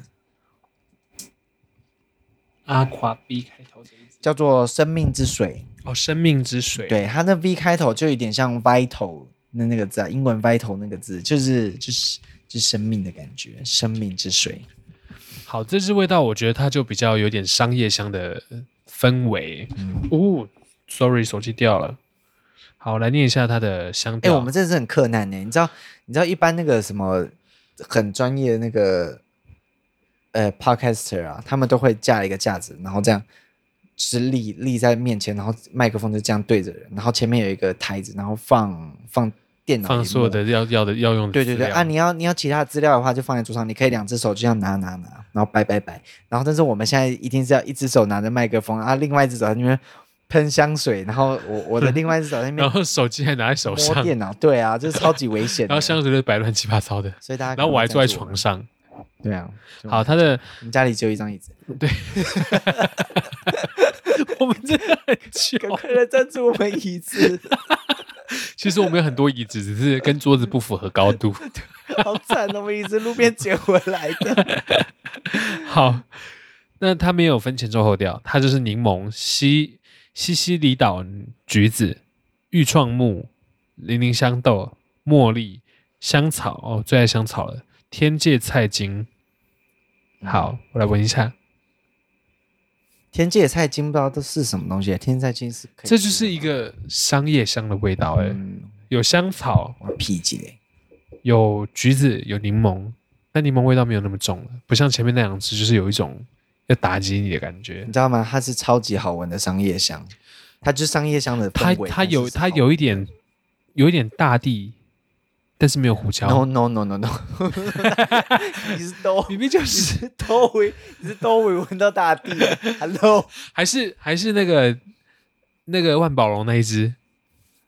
[SPEAKER 2] 阿垮 B 开头这一支
[SPEAKER 1] 叫做生命之水。
[SPEAKER 2] 哦，生命之水。，
[SPEAKER 1] 对，它那 V 开头就有点像 vital 那那个字啊，英文 vital 那个字，就是就是就是生命的感觉，生命之水。
[SPEAKER 2] 好，这支味道我觉得它就比较有点商业香的氛围。
[SPEAKER 1] 嗯
[SPEAKER 2] 哦，sorry，手机掉了。好，来念一下它的香
[SPEAKER 1] 哎、
[SPEAKER 2] 调。
[SPEAKER 1] 我们这是很困难呢、你知道你知道一般那个什么很专业的那个呃 podcaster 啊，他们都会架一个架子，然后这样。就是立立在面前，然后麦克风就这样对着人，然后前面有一个台子，然后放放电脑，
[SPEAKER 2] 放所有的要要的要用的
[SPEAKER 1] 啊对对
[SPEAKER 2] 资
[SPEAKER 1] 对，
[SPEAKER 2] 料
[SPEAKER 1] 啊，你要你要其他的资料的话，就放在桌上，你可以两只手就这样拿拿拿，然后摆摆摆。然后，但是我们现在一定是要一只手拿着麦克风，啊，另外一只手在那边喷香水，然后我我 的另外一只手在那
[SPEAKER 2] 然
[SPEAKER 1] 边
[SPEAKER 2] 后手机还拿在手
[SPEAKER 1] 摸
[SPEAKER 2] 上，
[SPEAKER 1] 电脑，对啊，这是超级危险
[SPEAKER 2] 然
[SPEAKER 1] 的。
[SPEAKER 2] 后香水就摆乱七八糟的，
[SPEAKER 1] 所以大家，
[SPEAKER 2] 然后我还坐在床，上。
[SPEAKER 1] 对啊，就
[SPEAKER 2] 好，，它的
[SPEAKER 1] 我们家里只有一张椅
[SPEAKER 2] 哦
[SPEAKER 1] 子，
[SPEAKER 2] 我们真的很久。
[SPEAKER 1] 赶快来赞助我们椅子，
[SPEAKER 2] 其实我们有很多椅子，只是跟桌子不符合高度。
[SPEAKER 1] 好惨，我们椅子路边捡回来 的。
[SPEAKER 2] 好，那它没有分前中后调，它就是柠檬、西西西里岛橘子、愈创木、零陵香豆、茉莉、香草哦，最爱香草了，天界菜精。
[SPEAKER 1] 嗯
[SPEAKER 2] 好，我来闻一下，
[SPEAKER 1] 天界菜金不知道都是什么东西，天界菜金是可以
[SPEAKER 2] 这就
[SPEAKER 1] 吃
[SPEAKER 2] 是
[SPEAKER 1] 的
[SPEAKER 2] 一个商业香的味道哎、
[SPEAKER 1] 嗯，
[SPEAKER 2] 有香草，
[SPEAKER 1] 我屁姐，
[SPEAKER 2] 有橘子，有柠檬，但柠檬味道没有那么重了，不像前面那两支，就是有一种要打击你的感觉
[SPEAKER 1] 你。知道吗？它是超级好闻的商业香，它就是商业香的
[SPEAKER 2] 它
[SPEAKER 1] 氛围。
[SPEAKER 2] 它有
[SPEAKER 1] 但
[SPEAKER 2] 它
[SPEAKER 1] 是哦
[SPEAKER 2] 有一点有一点大地，但是没有胡
[SPEAKER 1] 是好
[SPEAKER 2] 椒。
[SPEAKER 1] ，no no no no no，你是都
[SPEAKER 2] 明明就
[SPEAKER 1] 你
[SPEAKER 2] 是
[SPEAKER 1] 是都会你是都会闻到大地，hello。
[SPEAKER 2] 还是还是那个那个万宝龙那一只，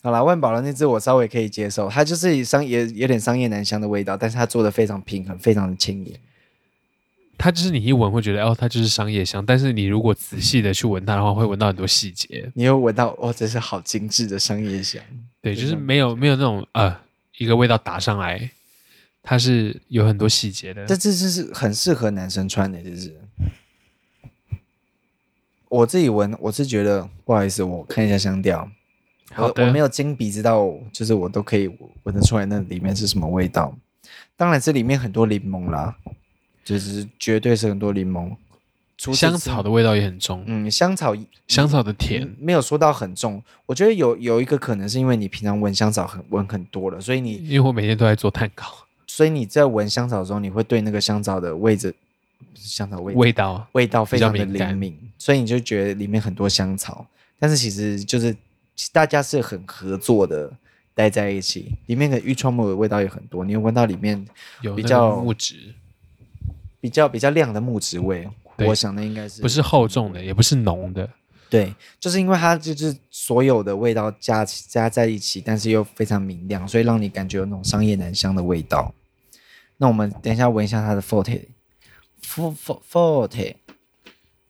[SPEAKER 1] 好啦，万宝的那只我稍微可以接受，它就是商也有点商业男香的味道，但是它做的非常平衡，非常的轻盈。
[SPEAKER 2] 它就是你一闻会觉得哦，它就是商业香，但是你如果仔细的去闻它的话，会闻到很多细节。
[SPEAKER 1] 你有闻到哇，这是好精致的商业香，
[SPEAKER 2] 对，
[SPEAKER 1] 非
[SPEAKER 2] 就是
[SPEAKER 1] 常
[SPEAKER 2] 没有没有那种呃一个味道打上来，它是有很多细节的。
[SPEAKER 1] 这这是是很适合男生穿的，就是。我自己闻，我是觉得不好意思，我看一下香调。
[SPEAKER 2] 好
[SPEAKER 1] 我我
[SPEAKER 2] 的
[SPEAKER 1] 没，有经鼻子到，就是我都可以闻得出来那里面是什么味道。当然，这里面很多柠檬啦，就是绝对是很多柠檬。除此之
[SPEAKER 2] 香草，的味道也很重，
[SPEAKER 1] 嗯，香草
[SPEAKER 2] 香草的甜。
[SPEAKER 1] 没有说到很重。我觉得有有一个可能是因为你平常闻香草很闻很多了，所以你
[SPEAKER 2] 因为我每天都在做蛋糕，
[SPEAKER 1] 所以你在闻香草的时候，你会对那个香草的位置，香草味
[SPEAKER 2] 味道
[SPEAKER 1] 味道非常的
[SPEAKER 2] 比较
[SPEAKER 1] 灵
[SPEAKER 2] 敏
[SPEAKER 1] 敏，所以你就觉得里面很多香草，但是其实就是其实大家是很合作的待在一起，里面的玉川木的味道也很多，你有闻到里面
[SPEAKER 2] 有
[SPEAKER 1] 比
[SPEAKER 2] 那
[SPEAKER 1] 较
[SPEAKER 2] 个木质，
[SPEAKER 1] 比较比较亮的木质味，
[SPEAKER 2] 对
[SPEAKER 1] 我想那应该是
[SPEAKER 2] 不是厚重的，也不是浓的，
[SPEAKER 1] 对，就是因为它就是所有的味道加起加在一起，但是又非常明亮，所以让你感觉有那种商业男香的味道。那我们等一下闻一下它的 forte。For for forte，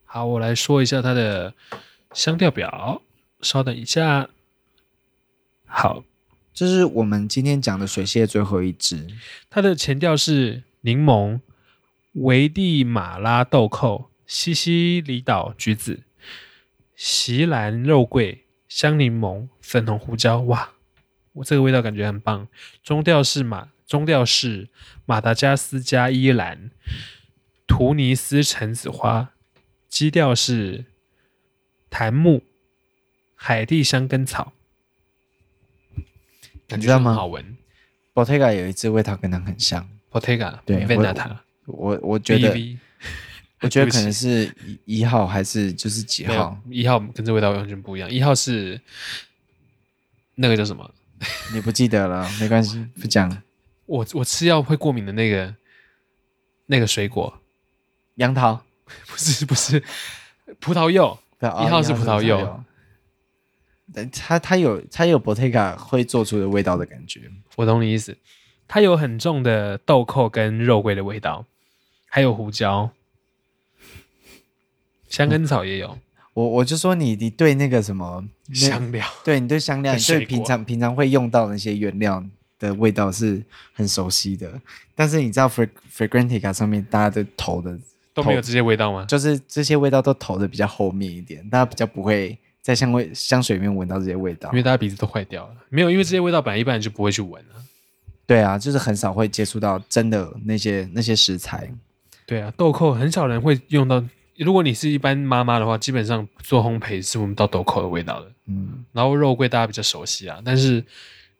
[SPEAKER 2] 好，我来说一下它的香调表，稍等一下。好，
[SPEAKER 1] 这是我们今天讲的水蟹最后一支。
[SPEAKER 2] 它的前调是柠檬、危地马拉豆蔻、西西里岛橘子、席兰肉桂、香柠檬、粉红胡椒。哇，我这个味道感觉很棒。中调是马中调是马达加斯加依兰、突尼斯橙子花，基调是檀木、海地香根草。感
[SPEAKER 1] 你
[SPEAKER 2] 觉
[SPEAKER 1] 知道
[SPEAKER 2] 很
[SPEAKER 1] 吗
[SPEAKER 2] 好闻
[SPEAKER 1] Bottega 有一支味道跟它很像，
[SPEAKER 2] ，Bottega
[SPEAKER 1] 对我
[SPEAKER 2] Veneta
[SPEAKER 1] 我我觉得
[SPEAKER 2] BV，
[SPEAKER 1] 我觉
[SPEAKER 2] 对
[SPEAKER 1] 得
[SPEAKER 2] 不起
[SPEAKER 1] 可能是一一号还是就是几
[SPEAKER 2] 没有
[SPEAKER 1] 号，
[SPEAKER 2] 一号跟这味道完全不一样，一号是那个叫什么？
[SPEAKER 1] 你不记得了，没关系， 不讲。
[SPEAKER 2] 我我吃药会过敏的那个那个水果，
[SPEAKER 1] 杨桃，
[SPEAKER 2] 不是不是葡萄柚，
[SPEAKER 1] 哦一
[SPEAKER 2] 一号是葡萄柚。
[SPEAKER 1] 但它它有它有 Bottega 会做出的味道的感觉，
[SPEAKER 2] 我懂你意思。它有很重的豆蔻跟肉桂的味道，还有胡椒，香根草也有，
[SPEAKER 1] 我我就说你你对那个什么那
[SPEAKER 2] 香料。
[SPEAKER 1] 对你对香料，
[SPEAKER 2] 对
[SPEAKER 1] 你
[SPEAKER 2] 水
[SPEAKER 1] 对
[SPEAKER 2] 果
[SPEAKER 1] 平常平常会用到的那些原料的味道是很熟悉的，但是你知道 Frag Fragrantica 上面大家都投的，
[SPEAKER 2] 都没有这些味道吗？
[SPEAKER 1] 就是这些味道都投的比较后面一点，大家比较不会在香味香水里面闻到这些味道
[SPEAKER 2] 因。为大家鼻子都坏掉了，没有，因为这些味道本来一般人就不会去闻啊。
[SPEAKER 1] 对啊，就是很少会接触到真的那些那些食材。
[SPEAKER 2] 对啊，豆蔻很少人会用到。如果你是一般妈妈的话，基本上做烘焙是闻不到豆蔻的味道的。
[SPEAKER 1] 嗯，
[SPEAKER 2] 然后肉桂大家比较熟悉啊，但是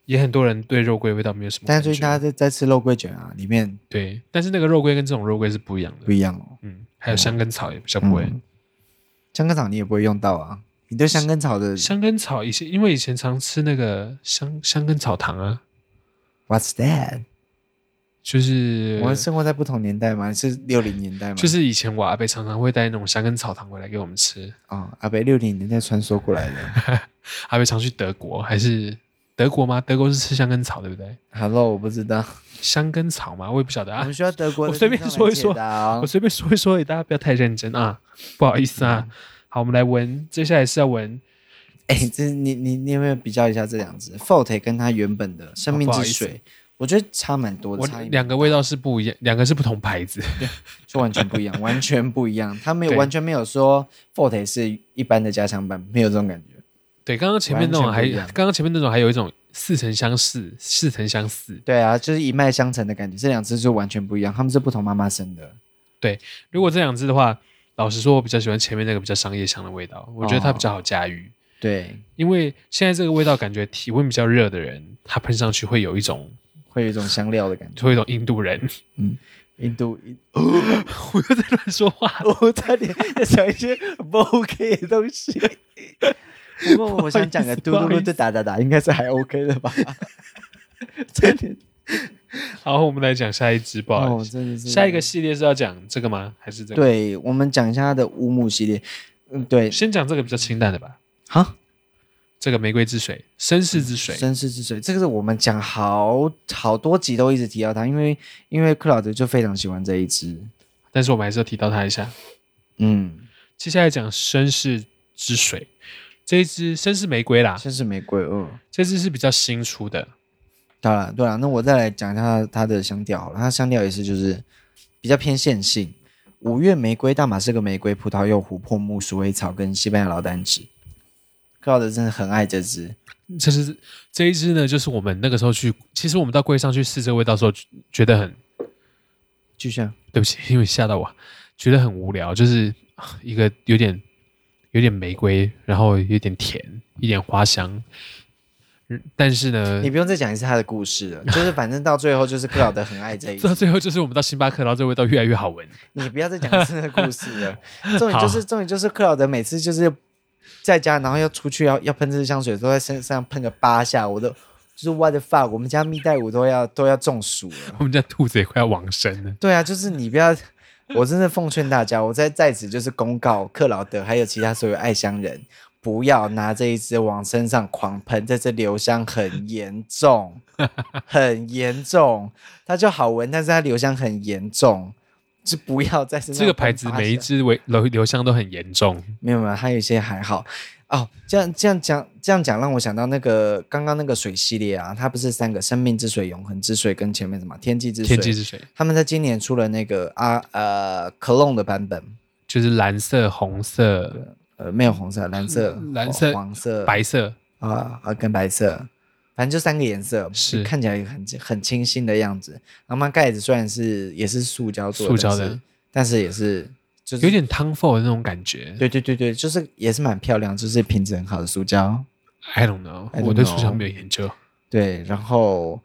[SPEAKER 2] 也很多人对肉桂味道没有什么
[SPEAKER 1] 但是
[SPEAKER 2] 感觉。
[SPEAKER 1] 最近大家在在吃肉桂卷啊，里面
[SPEAKER 2] 对，但是那个肉桂跟这种肉桂是不一样
[SPEAKER 1] 不
[SPEAKER 2] 的。
[SPEAKER 1] 一样哦。
[SPEAKER 2] 嗯，还有香根草也比较不会。
[SPEAKER 1] 嗯，香根草你也不会用到啊。你对香根草的
[SPEAKER 2] 香根草以前因为以前常吃那个香香根草糖啊，
[SPEAKER 1] What's that？
[SPEAKER 2] 就是
[SPEAKER 1] 我们生活在不同年代嘛，是六零年代嘛，
[SPEAKER 2] 就是以前我阿伯常常会带那种香根草糖回来给我们吃。
[SPEAKER 1] 哦，阿北六零年代穿梭过来的。
[SPEAKER 2] 阿伯常去德国，还是德国吗？德国是吃香根草对不对？
[SPEAKER 1] Hello，我不知道，
[SPEAKER 2] 香根草吗？我也不晓得
[SPEAKER 1] 我
[SPEAKER 2] 啊
[SPEAKER 1] 们，需要德国的
[SPEAKER 2] 我随便说一
[SPEAKER 1] 听
[SPEAKER 2] 说
[SPEAKER 1] 众来解答哦
[SPEAKER 2] 我随便说一说，大家不要太认 真啊，不好意思啊。
[SPEAKER 1] 嗯
[SPEAKER 2] 好，我们来闻，接下来是要闻
[SPEAKER 1] 哎、这你你你有没有比较一下这两只 Forte 跟它原本的生命
[SPEAKER 2] 哦不好
[SPEAKER 1] 之
[SPEAKER 2] 意思
[SPEAKER 1] 水？我觉得差蛮多的，
[SPEAKER 2] 我
[SPEAKER 1] 差异蛮
[SPEAKER 2] 两个味道是不一样，两个是不同牌子。
[SPEAKER 1] 就完全不一 样，完全不一样。他没有
[SPEAKER 2] 对
[SPEAKER 1] 完全没有说 Forte 是一般的加强版，没有这种感觉。
[SPEAKER 2] 对，刚刚前面那种
[SPEAKER 1] 完
[SPEAKER 2] 还，
[SPEAKER 1] 全不一样
[SPEAKER 2] 刚刚前面那种还有一种似曾相识，似曾相似。
[SPEAKER 1] 对啊，就是一脉相承的感觉。这两只就完全不一样，他们是不同妈妈生的。
[SPEAKER 2] 如果这两支的话，老实说，我比较喜欢前面那个比较商业香的味道，我觉得它
[SPEAKER 1] 哦
[SPEAKER 2] 比较好驾驭。
[SPEAKER 1] 对，
[SPEAKER 2] 因为现在这个味道，感觉体温比较热的人，他喷上去会有一种，
[SPEAKER 1] 会有一种香料的感觉。嗯
[SPEAKER 2] 会有一种印度人。
[SPEAKER 1] 印度， 印，
[SPEAKER 2] 我又在乱说话
[SPEAKER 1] 我差点在想一 些不 OK 的东西。不过我想讲个嘟嘟
[SPEAKER 2] 不好意
[SPEAKER 1] 嘟
[SPEAKER 2] 思
[SPEAKER 1] 的打打打，应该是还 OK 的吧？真的，
[SPEAKER 2] 好，我们来讲下一支，不好
[SPEAKER 1] 哦
[SPEAKER 2] 意，思。
[SPEAKER 1] 真的是
[SPEAKER 2] 下一个。系列是要讲这个吗？还是这个？
[SPEAKER 1] 对我们讲一下它的乌木系列，嗯，对，
[SPEAKER 2] 先讲这个比较清淡的吧。
[SPEAKER 1] 好，
[SPEAKER 2] 这个玫瑰之水、绅士之水，
[SPEAKER 1] 嗯绅士之水，这个是我们讲好好多集都一直提到它，因为因为克劳德就非常喜欢这一支。
[SPEAKER 2] 但是我们还是要提到它一下。
[SPEAKER 1] 嗯，
[SPEAKER 2] 接下来讲绅士之水，这一支绅士玫瑰啦，
[SPEAKER 1] 绅士玫瑰哦。
[SPEAKER 2] 这支是比较新出的，
[SPEAKER 1] 当然，对了，那我再来讲一下它它的香调好了，它香调也是就是比较偏线性，五月玫瑰、大马士革玫瑰、葡萄柚、琥珀木、鼠尾草跟西班牙劳丹脂。克劳德真的很爱这支，
[SPEAKER 2] 这是这一支呢，就是我们那个时候去，其实我们到柜上去试这个味道的时候，觉得很
[SPEAKER 1] 就像
[SPEAKER 2] 对不起，因为吓到我，觉得很无聊，就是啊一个有点有点玫瑰，然后有点甜，一点花香，嗯但是呢
[SPEAKER 1] 你，不用再讲一次他的故事了，就是反正到最后就是克劳德很爱这一支
[SPEAKER 2] 到。最后就是我们到星巴克，然后这个味道越来越好闻，
[SPEAKER 1] 你不要再讲这个故事了。重点就是重点就是克劳德每次就是在家，然后要出去要要喷这支香水，都在身身上喷个八下，我都就是 what the fuck，我们家蜜袋鼯都要都要中暑了。
[SPEAKER 2] 我们家兔子也快要往生了。
[SPEAKER 1] 对啊，就是你不要，我真的奉劝大家，我在在此就是公告克劳德还有其他所有爱香人，不要拿这一支往身上狂喷，在这留香很严 重，很严重。它就好闻，但是它留香很严重，就不要在身上
[SPEAKER 2] 这个牌子
[SPEAKER 1] 喷八下
[SPEAKER 2] 每一支为留留香都很严重，
[SPEAKER 1] 没有没有，还有一些还好。哦，这样这样讲这样讲，让我想到那个刚刚那个水系列啊，它不是三个生命之水、永恒之水跟前面什么天际之水？
[SPEAKER 2] 天际之水
[SPEAKER 1] 他们在今年出了那个啊呃 Cologne 的版本，
[SPEAKER 2] 就是蓝色、红色、
[SPEAKER 1] 呃没有红色、蓝色、
[SPEAKER 2] 蓝色
[SPEAKER 1] 黄色、
[SPEAKER 2] 白色，
[SPEAKER 1] 啊啊跟白色，反正就三个颜色，
[SPEAKER 2] 是
[SPEAKER 1] 看起来很很清新的样子。然后它盖子虽然是也是塑胶做
[SPEAKER 2] 塑胶
[SPEAKER 1] 但是
[SPEAKER 2] 的
[SPEAKER 1] 但是也是就是
[SPEAKER 2] 有点汤 f o 的那种感觉。
[SPEAKER 1] 对对对对，就是也是蛮漂亮，就是品质很好的塑胶。
[SPEAKER 2] I don't know，
[SPEAKER 1] I don't
[SPEAKER 2] 我对塑胶
[SPEAKER 1] know
[SPEAKER 2] 没有研 究。
[SPEAKER 1] 对，然后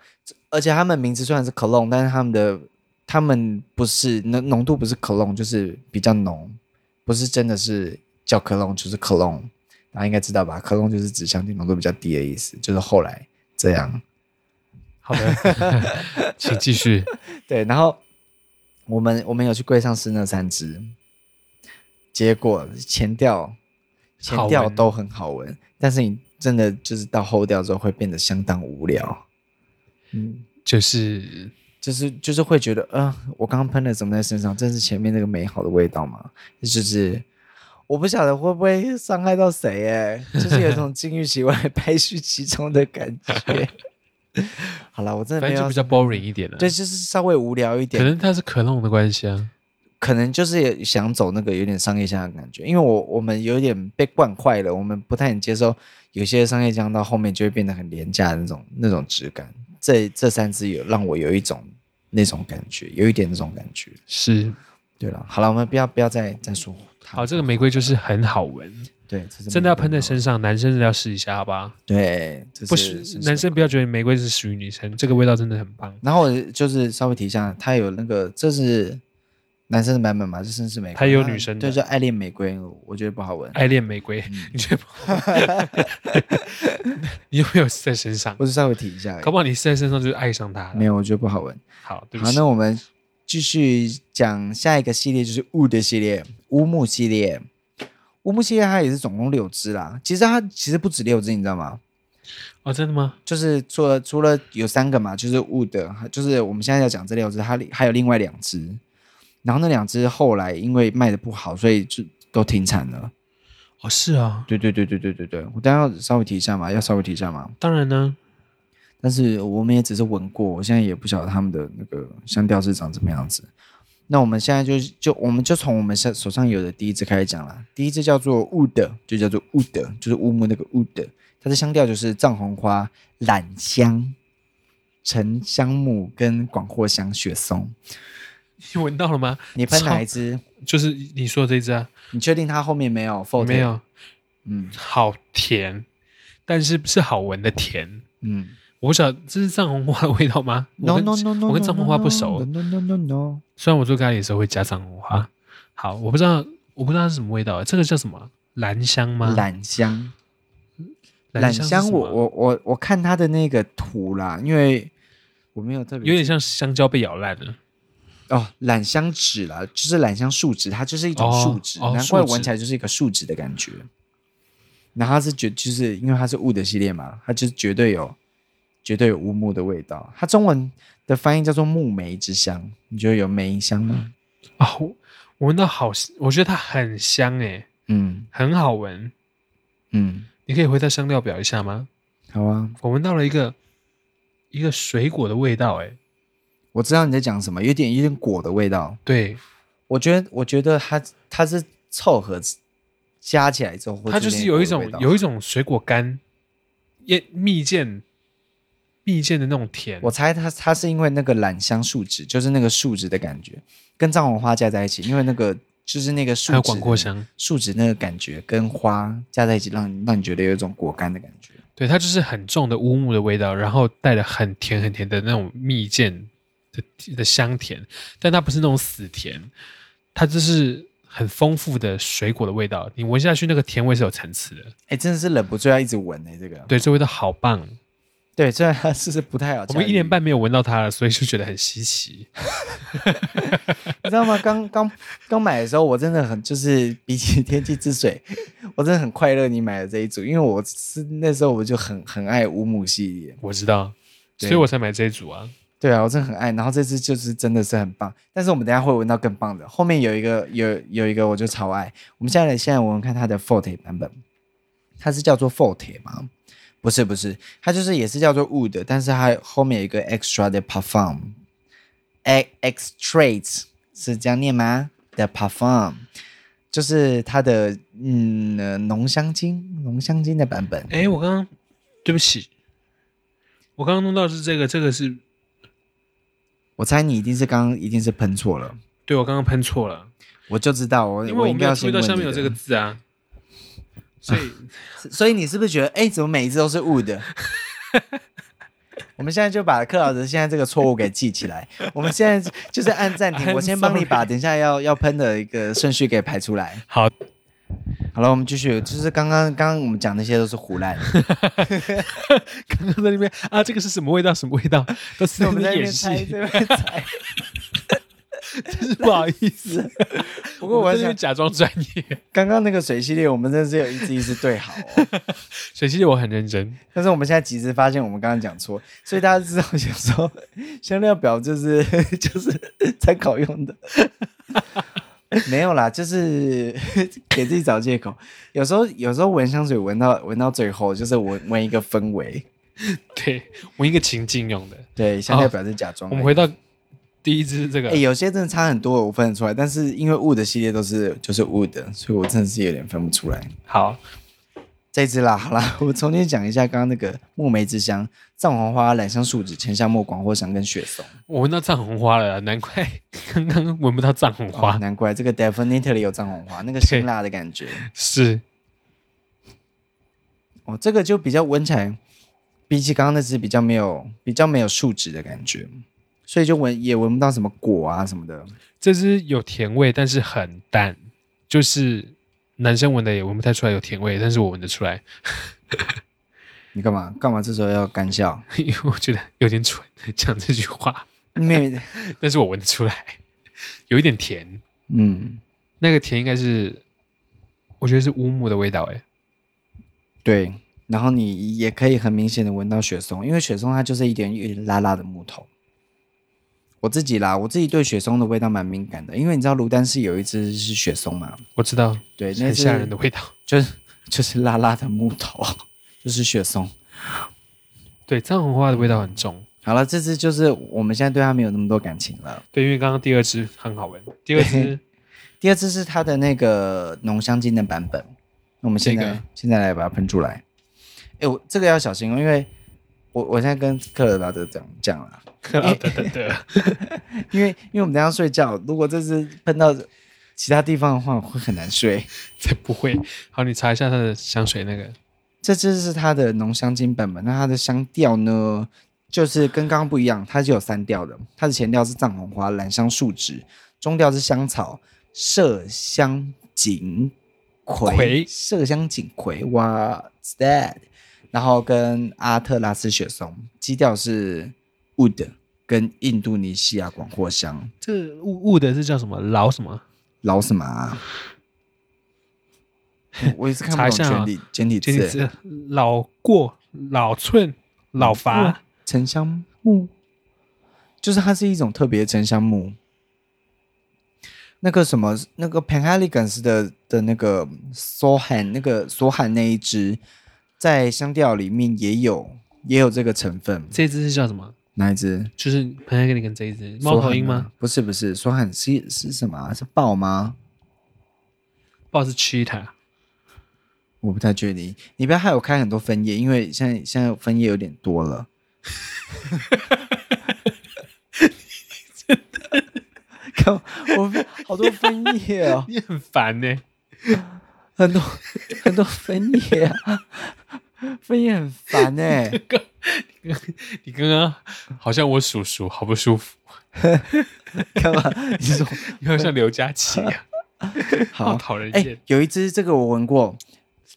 [SPEAKER 1] 而且他们名字虽然是 cologne，但是他们的他们不是浓浓度不是 cologne，就是比较浓，不是真的是叫 cologne 就是 cologne，大家应该知道吧？cologne 就是指香精浓度比较低的意思，就是后来这样。
[SPEAKER 2] 好的，请继续。
[SPEAKER 1] 对，然后我们我们有去柜上试那三支，结果前调前
[SPEAKER 2] 好
[SPEAKER 1] 调
[SPEAKER 2] 闻
[SPEAKER 1] 都很好闻，但是你真的就是到后调之后会变得相当无聊。嗯，
[SPEAKER 2] 就是
[SPEAKER 1] 就是就是会觉得，啊、我刚刚喷的怎么在身上？正是前面那个美好的味道吗？就是我不晓得会不会伤害到谁、欸，就是有一种金玉其外， 败絮其中的感觉。 好了，我真的
[SPEAKER 2] 反
[SPEAKER 1] 没
[SPEAKER 2] 正就
[SPEAKER 1] 有
[SPEAKER 2] 比，较 boring 一点了。
[SPEAKER 1] 对，，就是稍微无聊一点，
[SPEAKER 2] 可能它是可弄的关系啊。
[SPEAKER 1] 可能就是也想走那个有点商业香的感觉，因为我我们有点被惯坏了，我们不太能接受有些商业香到后面就会变得很廉价的那种那种质感。这这三支有让我有一种那种感觉，有一点那种感觉。
[SPEAKER 2] 是，
[SPEAKER 1] 对了，好了，我们不要不要再再说它。
[SPEAKER 2] 好，这个玫瑰就是很好闻，
[SPEAKER 1] 对，这是
[SPEAKER 2] 真的要喷在
[SPEAKER 1] 玫
[SPEAKER 2] 身上，男生真的要试一下，好吧？
[SPEAKER 1] 瑰对，这
[SPEAKER 2] 不
[SPEAKER 1] 是
[SPEAKER 2] 是
[SPEAKER 1] 这是
[SPEAKER 2] 男生不要觉得玫瑰是属于女生，这个味道真的很棒。
[SPEAKER 1] 然后我就是稍微提一下，它有那个这是男生的版本嘛，这绅士玫瑰，
[SPEAKER 2] 它有女生的哎
[SPEAKER 1] 对，叫爱恋玫瑰，我觉得不好闻。
[SPEAKER 2] 爱恋玫瑰，
[SPEAKER 1] 嗯
[SPEAKER 2] 你觉得不好闻？你有没有试在身上？
[SPEAKER 1] 我就稍微提一下而已，
[SPEAKER 2] 搞不好你试在身上就是爱上它
[SPEAKER 1] 没
[SPEAKER 2] 了。
[SPEAKER 1] 有，我觉得不好闻。
[SPEAKER 2] 好，对不
[SPEAKER 1] 好，
[SPEAKER 2] 起
[SPEAKER 1] 那，我们继续讲下一个系列，就是雾的系列，乌木系列。乌木系列它也是总共六支啦，其实它其实不止六支，你知道吗？
[SPEAKER 2] 哦，真的吗？
[SPEAKER 1] 就是除了除了有三个嘛，就是雾的，还就是我们现在要讲这六支，它里还有另外两支，然后那两支后来因为卖的不好，所以就都停产了。
[SPEAKER 2] 哦，是啊，
[SPEAKER 1] 对对对对对对对，我当然要稍微提一下嘛，要稍微提一下嘛。
[SPEAKER 2] 当然呢，
[SPEAKER 1] 但是我们也只是闻过，我现在也不晓得他们的那个香调是长什么样子。那我们现在就就我们就从我们现手上有的第一支开始讲啦。第一支叫做 wood，就叫做 wood，就是乌木那个 wood，它的香调就是藏红花、榄香、沉香木跟广藿香、雪松。
[SPEAKER 2] 你闻到了吗？
[SPEAKER 1] 你喷哪一
[SPEAKER 2] 操？
[SPEAKER 1] 支？
[SPEAKER 2] 就是你说的这一只啊，
[SPEAKER 1] 你确定它后面没有 f o l
[SPEAKER 2] 没，有，
[SPEAKER 1] 嗯
[SPEAKER 2] 好甜，但是是好闻的甜。
[SPEAKER 1] 嗯
[SPEAKER 2] 我不晓得这是藏红花的味道吗
[SPEAKER 1] ，no
[SPEAKER 2] 我跟
[SPEAKER 1] no no no，
[SPEAKER 2] 我跟藏红花不
[SPEAKER 1] no
[SPEAKER 2] 熟，
[SPEAKER 1] no no no no，
[SPEAKER 2] 虽然我做咖喱的时候会加藏红花。好，我不知道，我不知道它是什么味道，啊这个叫什么？兰香吗？
[SPEAKER 1] 榄香。
[SPEAKER 2] 兰
[SPEAKER 1] 榄
[SPEAKER 2] 是
[SPEAKER 1] 香
[SPEAKER 2] 什
[SPEAKER 1] 我，
[SPEAKER 2] 么啊
[SPEAKER 1] 我我我看它的那个图啦，因为我没有特别
[SPEAKER 2] 有点像香蕉被咬烂了。
[SPEAKER 1] 哦，榄香脂啦，就是榄香树脂，它就是一种
[SPEAKER 2] 哦
[SPEAKER 1] 树脂，
[SPEAKER 2] 哦
[SPEAKER 1] 难怪
[SPEAKER 2] 树脂
[SPEAKER 1] 闻起来就是一个树脂的感觉。然后它是绝，就是因为它是雾的系列嘛，它就是绝对有绝对有乌木的味道。它中文的翻译叫做木梅之香，你觉得有梅香吗？
[SPEAKER 2] 哦，我我闻到好，我觉得它很香诶、
[SPEAKER 1] 嗯
[SPEAKER 2] 很好闻。
[SPEAKER 1] 嗯，
[SPEAKER 2] 你可以回到香料表一下吗？
[SPEAKER 1] 好啊，
[SPEAKER 2] 我闻到了一个一个水果的味道诶、欸
[SPEAKER 1] 我知道你在讲什么，有点有点果的味道。
[SPEAKER 2] 对，
[SPEAKER 1] 我觉得我觉得它它是凑合加起来之后会出
[SPEAKER 2] 它
[SPEAKER 1] 现果的味道，
[SPEAKER 2] 就是有一种有一种水果干，也蜜饯蜜饯的那种甜。
[SPEAKER 1] 我猜它它是因为那个榄香树脂，就是那个树脂的感觉，跟藏红花加在一起，因为那个就是那个树
[SPEAKER 2] 还有
[SPEAKER 1] 脂
[SPEAKER 2] 广藿香，
[SPEAKER 1] 树脂那个感觉跟花加在一起让，让你觉得有一种果干的感觉。
[SPEAKER 2] 对，它就是很重的乌木的味道，然后带了很甜很甜的那种蜜饯的的香甜，但它不是那种死甜，它就是很丰富的水果的味道。你闻下去，那个甜味是有层次的。
[SPEAKER 1] 哎，真的是忍不住要一直闻呢、这个
[SPEAKER 2] 对，这味道好棒。
[SPEAKER 1] 对，虽然它是是不太好驾
[SPEAKER 2] 我
[SPEAKER 1] 驭，
[SPEAKER 2] 们一年半没有闻到它了，所以就觉得很稀奇。
[SPEAKER 1] 你知道吗？刚刚刚买的时候，我真的很就是比起天气之水，我真的很快乐你买了这一组，因为我是那时候我就很很爱五母系列，
[SPEAKER 2] 我知道，
[SPEAKER 1] 对
[SPEAKER 2] 所以我才买这一组啊。
[SPEAKER 1] 对啊，我真的很爱。然后这次就是真的是很棒，但是我们等一下会闻到更棒的。后面有一个有有一个我就超爱。我们现在来现在我们看它的 Forte 版本，它是叫做 Forte 吗？不是不是，它就是也是叫做 Wood，但是它后面有一个 Extra 的 Parfum，X Extrait 是这样念吗？的 Parfum 就是它的嗯呃浓香精浓香精的版本。
[SPEAKER 2] 哎，我刚刚对不起，我刚刚弄到是这个，这个是
[SPEAKER 1] 我猜你一定是刚刚一定是喷错了，
[SPEAKER 2] 对我刚刚喷错了，
[SPEAKER 1] 我就知道我
[SPEAKER 2] 因为
[SPEAKER 1] 呃我
[SPEAKER 2] 我
[SPEAKER 1] 应
[SPEAKER 2] 没
[SPEAKER 1] 该
[SPEAKER 2] 有
[SPEAKER 1] 要
[SPEAKER 2] 注
[SPEAKER 1] 先
[SPEAKER 2] 意到
[SPEAKER 1] 问
[SPEAKER 2] 下面有这个
[SPEAKER 1] 个，
[SPEAKER 2] 字啊，所以
[SPEAKER 1] 所以你是不是觉得哎，怎么每一次都是误的？ 我们现在就把克劳德现在这个错误给记起 来。我们现在就是按暂停，
[SPEAKER 2] I'm
[SPEAKER 1] 我先帮你把等一下要要喷的一个顺序给排出来。
[SPEAKER 2] 好，
[SPEAKER 1] 好了，我们继续，就是刚刚刚刚我们讲那些都是胡乱的，
[SPEAKER 2] 刚刚在那边啊，这个是什么味道？什么味 道？都是
[SPEAKER 1] 我们
[SPEAKER 2] 在
[SPEAKER 1] 在那
[SPEAKER 2] 那演
[SPEAKER 1] 边猜，
[SPEAKER 2] 戏，
[SPEAKER 1] 这边猜。
[SPEAKER 2] 真是不好意思。
[SPEAKER 1] 不过我
[SPEAKER 2] 我
[SPEAKER 1] 还
[SPEAKER 2] 在那
[SPEAKER 1] 想
[SPEAKER 2] 边，假装专 业，
[SPEAKER 1] 刚刚那个水系列，我们真的是有一字一字对好哦。
[SPEAKER 2] 水系列我很认真，
[SPEAKER 1] 但是我们现在及时发现我们刚刚讲错，所以大家知道有时候 香料表就是 就是参考用的， 没有啦，就是 给自己找借口。有时候有时候闻香水闻到闻到最后，就是闻闻一个氛围。
[SPEAKER 2] 对我一个情境用的。
[SPEAKER 1] 对，香料表是假装
[SPEAKER 2] 我
[SPEAKER 1] 的、
[SPEAKER 2] 们回到第一支这个
[SPEAKER 1] 哎、，有些真的差很多，我分得出来，但是因为雾的系列都是就是雾的，所以我真的是有点分不出来。
[SPEAKER 2] 好，
[SPEAKER 1] 这支啦，好啦， 我重新讲一下刚刚那个木梅之香、藏红花、兰香树脂、沉香木、广藿香跟雪松。
[SPEAKER 2] 我闻到藏红花了啦，难怪刚刚闻不到藏红
[SPEAKER 1] 哦
[SPEAKER 2] 花。
[SPEAKER 1] 难怪这个 definitely 有藏红花，那个辛辣的感觉。
[SPEAKER 2] 是
[SPEAKER 1] 哦，这个就比较闻起来，比起刚刚那只比较没有比较没有树脂的感觉，所以就闻也闻不到什么果啊什么的。
[SPEAKER 2] 这支有甜味，但是很淡，就是男生闻的也闻不太出来有甜味，但是我闻得出来，
[SPEAKER 1] 你干嘛干嘛？这时候要干笑？
[SPEAKER 2] 因为我觉得有点蠢讲这句话，
[SPEAKER 1] 妹妹，
[SPEAKER 2] 但是我闻得出来，有一点甜，
[SPEAKER 1] 嗯，
[SPEAKER 2] 那个甜应该是，我觉得是乌木的味道，哎，
[SPEAKER 1] 对。然后你也可以很明显的闻到雪松，因为雪松它就是一点一点辣辣的木头。我自己啦，我自己对雪松的味道蛮敏感的，因为你知道卢丹是有一只是雪松嘛，
[SPEAKER 2] 我知道，
[SPEAKER 1] 对，那
[SPEAKER 2] 很
[SPEAKER 1] 只
[SPEAKER 2] 吓人的 味道。
[SPEAKER 1] 就是就是辣辣的木头，就是雪松。
[SPEAKER 2] 对，藏红花的味道很重。
[SPEAKER 1] 好了，这只就是我们现在对它没有那么多感情了。
[SPEAKER 2] 对，因为刚刚第二支很好闻，第 二 支
[SPEAKER 1] 第二只是它的那个浓香精的版本，那我们现在、
[SPEAKER 2] 这个
[SPEAKER 1] 现在来把它喷出来。哎，我这个要小心哦，因为我我现在跟克罗拉德讲讲了，
[SPEAKER 2] 克劳德的的，
[SPEAKER 1] 因为因为我们等一下睡觉，如果这只喷到其他地方的话，我会很难睡。
[SPEAKER 2] 才不会。好，你查一下它的香水那个，
[SPEAKER 1] 这只是它的浓香精版本，那它的香调呢，就是跟刚刚不一样，它是有三调的，它的前调是藏红花、兰香树脂，中调是香草、麝香锦葵、
[SPEAKER 2] 葵
[SPEAKER 1] 麝香锦葵，What's that？然后跟阿特拉斯雪松，基调是 wood 跟印度尼西亚广藿香，
[SPEAKER 2] 这雾雾的是叫什么？老什么？
[SPEAKER 1] 老什么、啊？我我也是看
[SPEAKER 2] 查一
[SPEAKER 1] 不懂
[SPEAKER 2] 下啊
[SPEAKER 1] 简体简体
[SPEAKER 2] 简体
[SPEAKER 1] 字，嗯
[SPEAKER 2] 字老过、老寸、老伐。
[SPEAKER 1] 沉香木，就是它是一种特别的沉香木。那个什么，那个 p a n h a l i g a n s 的的那个索罕，那个索罕那一支，在香调里面也有也有这个成分。
[SPEAKER 2] 这支是叫什么？
[SPEAKER 1] 哪一支？
[SPEAKER 2] 就是彭泰跟你跟这一支猫头鹰
[SPEAKER 1] 索罕
[SPEAKER 2] 吗？？
[SPEAKER 1] 不是不是，索罕是是什么啊、是豹吗？
[SPEAKER 2] 不知道是 cheetah。
[SPEAKER 1] 我不太确定。你不要害我开很多分页，因为现在现在分页有点多了。看我好多分页哦，
[SPEAKER 2] 你很烦呢、
[SPEAKER 1] 很多很多分页啊，分页很烦 哎、
[SPEAKER 2] 你刚刚好像我叔叔，好不 舒服，
[SPEAKER 1] 干嘛？你说
[SPEAKER 2] 你好像刘佳琪啊一样，好
[SPEAKER 1] 好？
[SPEAKER 2] 讨人
[SPEAKER 1] 哎、
[SPEAKER 2] 厌。
[SPEAKER 1] 有一只这个我闻过，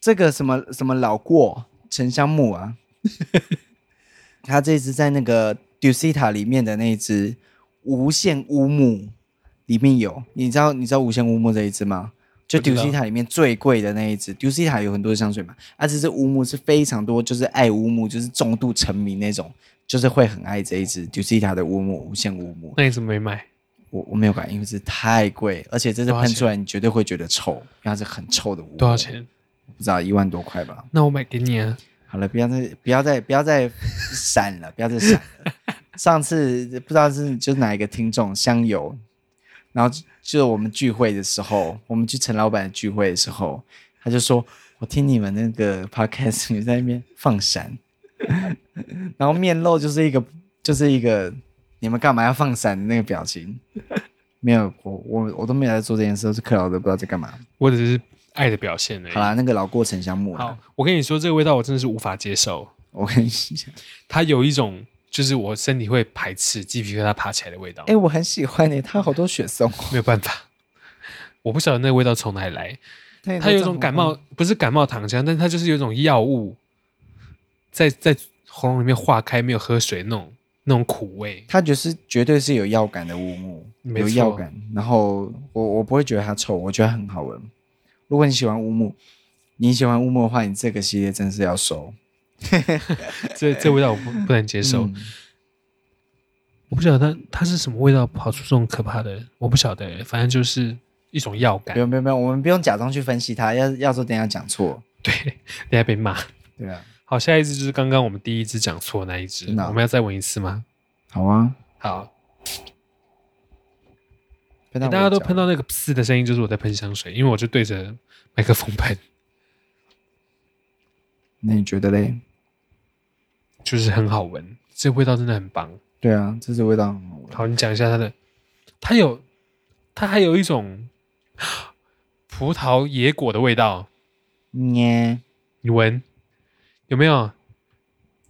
[SPEAKER 1] 这个什么什么老过沉香木 啊，它这只在那个 Ducita 里面的那一只无限乌木里面有，你知道你知道无限乌木这一只吗？就
[SPEAKER 2] 不知道
[SPEAKER 1] Ducita 里面最贵的那一只，Ducita 有很多香水嘛，啊，这只乌木是非常多，就是爱乌木，就是重度沉迷那种，就是会很爱这一只 Ducita 的乌木，无限乌木。
[SPEAKER 2] 那你怎么没买？
[SPEAKER 1] 我我没有敢，因为这太贵，而且这次
[SPEAKER 2] 多少
[SPEAKER 1] 喷
[SPEAKER 2] 钱
[SPEAKER 1] 出来你绝对会觉得臭，因为它是很臭的乌。
[SPEAKER 2] 多少？钱？
[SPEAKER 1] 不知道，一万多块吧。
[SPEAKER 2] 那我买给你啊。
[SPEAKER 1] 好了，不要再不要再不要再闪了，不要再闪了。上次不知道是就是哪一个听众香油，然后就就我们聚会的时候，我们去陈老板的聚会的时候，他就说：“我听你们那个 podcast 你在那边放闪。” 然后面露就是一个就是一个你们干嘛要放闪的那个表情。没有，我我我都没有在做这件事，是克劳德不知道在干嘛。
[SPEAKER 2] 我只是爱的表现而已。
[SPEAKER 1] 好啦，那个老过程项目啦，
[SPEAKER 2] 好，我跟你说，这个味道我真的是无法接受，
[SPEAKER 1] 我跟你讲，
[SPEAKER 2] 它有一种就是我身体会排斥鸡皮疙瘩爬起来的味道，
[SPEAKER 1] 哎，我很喜欢你，它好多雪松哦，
[SPEAKER 2] 没有办法，我不晓得那个味道从哪里来，它有一种感冒，不是感冒糖浆，但是它就是有一种药物在在喉咙里面化开，没有喝水那种那种苦味，
[SPEAKER 1] 它就是绝对是有药感的乌木，
[SPEAKER 2] 没
[SPEAKER 1] 有
[SPEAKER 2] 错
[SPEAKER 1] 药感。然后我我不会觉得它臭，我觉得很好闻。如果你喜欢乌木，你喜欢乌木的话，你这个系列真是要收。
[SPEAKER 2] 这这味道我不不能接受。
[SPEAKER 1] 嗯
[SPEAKER 2] 我不晓得它它是什么味道跑出这种可怕的，我不晓得、反正就是一种药感
[SPEAKER 1] 不，用不用不用，我们不用假装去分析它，要要说等一下讲错，
[SPEAKER 2] 等一下被骂。
[SPEAKER 1] 对啊，
[SPEAKER 2] 好，下一只就是刚刚我们第一只讲错的那一只，
[SPEAKER 1] 真的啊
[SPEAKER 2] 我们要再闻一次吗？
[SPEAKER 1] 好啊，
[SPEAKER 2] 好，
[SPEAKER 1] 喷到
[SPEAKER 2] 哎大
[SPEAKER 1] 我
[SPEAKER 2] 家都
[SPEAKER 1] 脚
[SPEAKER 2] 喷到那个噗的声音，就是我在喷香水，因为我就对着麦克风喷，
[SPEAKER 1] 那你觉得嘞？
[SPEAKER 2] 就是很好闻，这味道真的很棒。
[SPEAKER 1] 对啊，这是味道很好闻。
[SPEAKER 2] 好，你讲一下它的，它有，它还有一种 葡萄野果的味道，
[SPEAKER 1] 耶，
[SPEAKER 2] 你闻有没有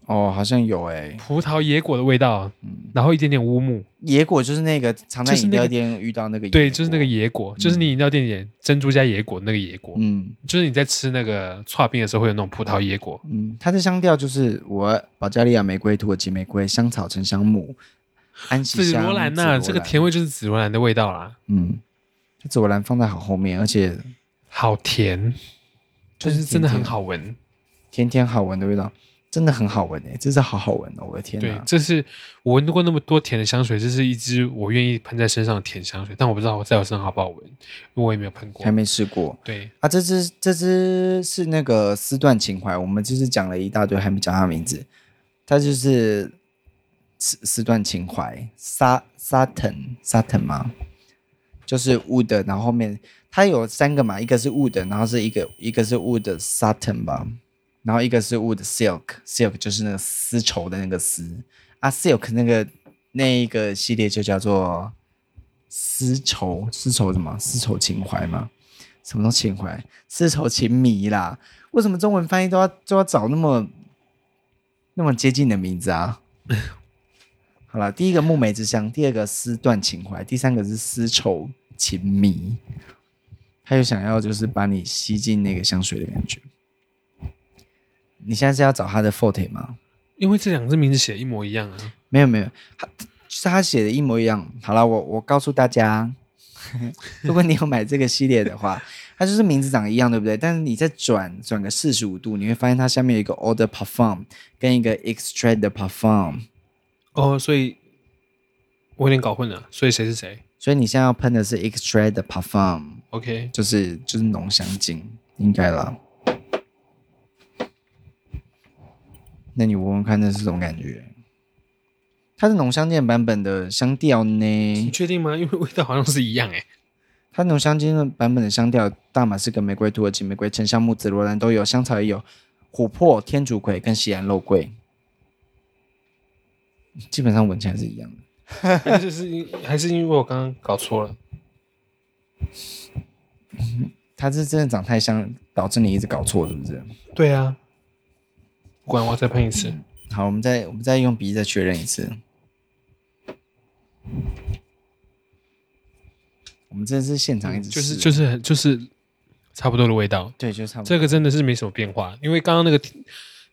[SPEAKER 1] 哦，好像有哎、
[SPEAKER 2] 葡萄野果的味道？
[SPEAKER 1] 嗯，
[SPEAKER 2] 然后一点点乌木，
[SPEAKER 1] 野果就是那个常在
[SPEAKER 2] 就是
[SPEAKER 1] 饮
[SPEAKER 2] 那
[SPEAKER 1] 料
[SPEAKER 2] 个
[SPEAKER 1] 店遇到那个，
[SPEAKER 2] 对，就是那个，野果，嗯就是你饮料店里的珍珠加野果那个野果，
[SPEAKER 1] 嗯
[SPEAKER 2] 就是你在吃那个刨冰的时候会有那种葡萄野果，
[SPEAKER 1] 嗯，它的香调就是我保加利亚玫瑰、土耳其玫瑰、香草、沉香木、安息
[SPEAKER 2] 紫
[SPEAKER 1] 香、
[SPEAKER 2] 罗兰呐、这个甜
[SPEAKER 1] 味，
[SPEAKER 2] 味就是紫罗兰的味道啦，
[SPEAKER 1] 嗯，这紫罗兰放在好后面，而且
[SPEAKER 2] 好甜，就
[SPEAKER 1] 就是是
[SPEAKER 2] 真的很
[SPEAKER 1] 甜甜
[SPEAKER 2] 好闻。
[SPEAKER 1] 甜甜好闻的味道，真的很好闻哎、这是好好闻哦，我的天
[SPEAKER 2] 对
[SPEAKER 1] 哪，！
[SPEAKER 2] 这是我闻过那么多甜的香水，这是一支我愿意喷在身上的甜香水，但我不知道我在我身上好不好闻，因为我也没有喷过
[SPEAKER 1] 还。没试过
[SPEAKER 2] 对，
[SPEAKER 1] 啊，这只这只是那个丝缎情怀，我们就是讲了一大堆，还没讲它名字，它就是丝丝缎情怀，沙沙腾沙腾吗？就是 wood，然后后面它有三个嘛，一个是 wood，然后是一个一个是 wood satin 吧，然后一个是 wood silk，silk 就是那个丝绸的那个丝啊，silk 那个那一个系列就叫做丝绸，丝绸什么？丝绸情怀吗？什么叫情怀？丝绸情迷啦！为什么中文翻译都要都要找那么那么接近的名字啊？好了，第一个木梅之乡，第二个丝缎情怀，第三个是丝绸情迷。他就想要就是把你吸进那个香水的感觉。你现在是要找他的 forte 吗？
[SPEAKER 2] 因为这两只名字写的一模一样啊。
[SPEAKER 1] 没有没有，他就是他写的一模一样。好了，我我告诉大家， 如果你有买这个系列的话，它就是名字长得一样，对不对？但是你再转转个四十五度，你会发现它下面有一个 o l d e r parfum 跟一个 extrait de parfum。
[SPEAKER 2] 哦，所以我有点搞混了，所以谁是谁
[SPEAKER 1] 所以你现在要喷的是 extrait de parfum，
[SPEAKER 2] ？OK，
[SPEAKER 1] 就是就是浓香精，应该啦。那你闻闻看那是什么感觉？它是浓香精版本的香调
[SPEAKER 2] 你
[SPEAKER 1] 呢？
[SPEAKER 2] 确定吗？因为味道好像是一样哎、
[SPEAKER 1] 它浓香精的版本的香调，大马士革玫瑰、土耳其玫瑰、沉香木、紫罗兰都有，香草也有，琥珀、天竺葵跟西兰肉桂，基本上闻起来是一样的。
[SPEAKER 2] 还是是因还是因为我刚刚搞错了？
[SPEAKER 1] 它是真的长太香，导致你一直搞错，是不是？
[SPEAKER 2] 对啊，不管我再喷一次。
[SPEAKER 1] 好，我们再我们再用鼻子再确认一次。我们这是现场一直
[SPEAKER 2] 就是
[SPEAKER 1] 试
[SPEAKER 2] 就是很就是差不多的味道。
[SPEAKER 1] 对，就差不多。
[SPEAKER 2] 这个真的是没什么变化，因为刚刚那个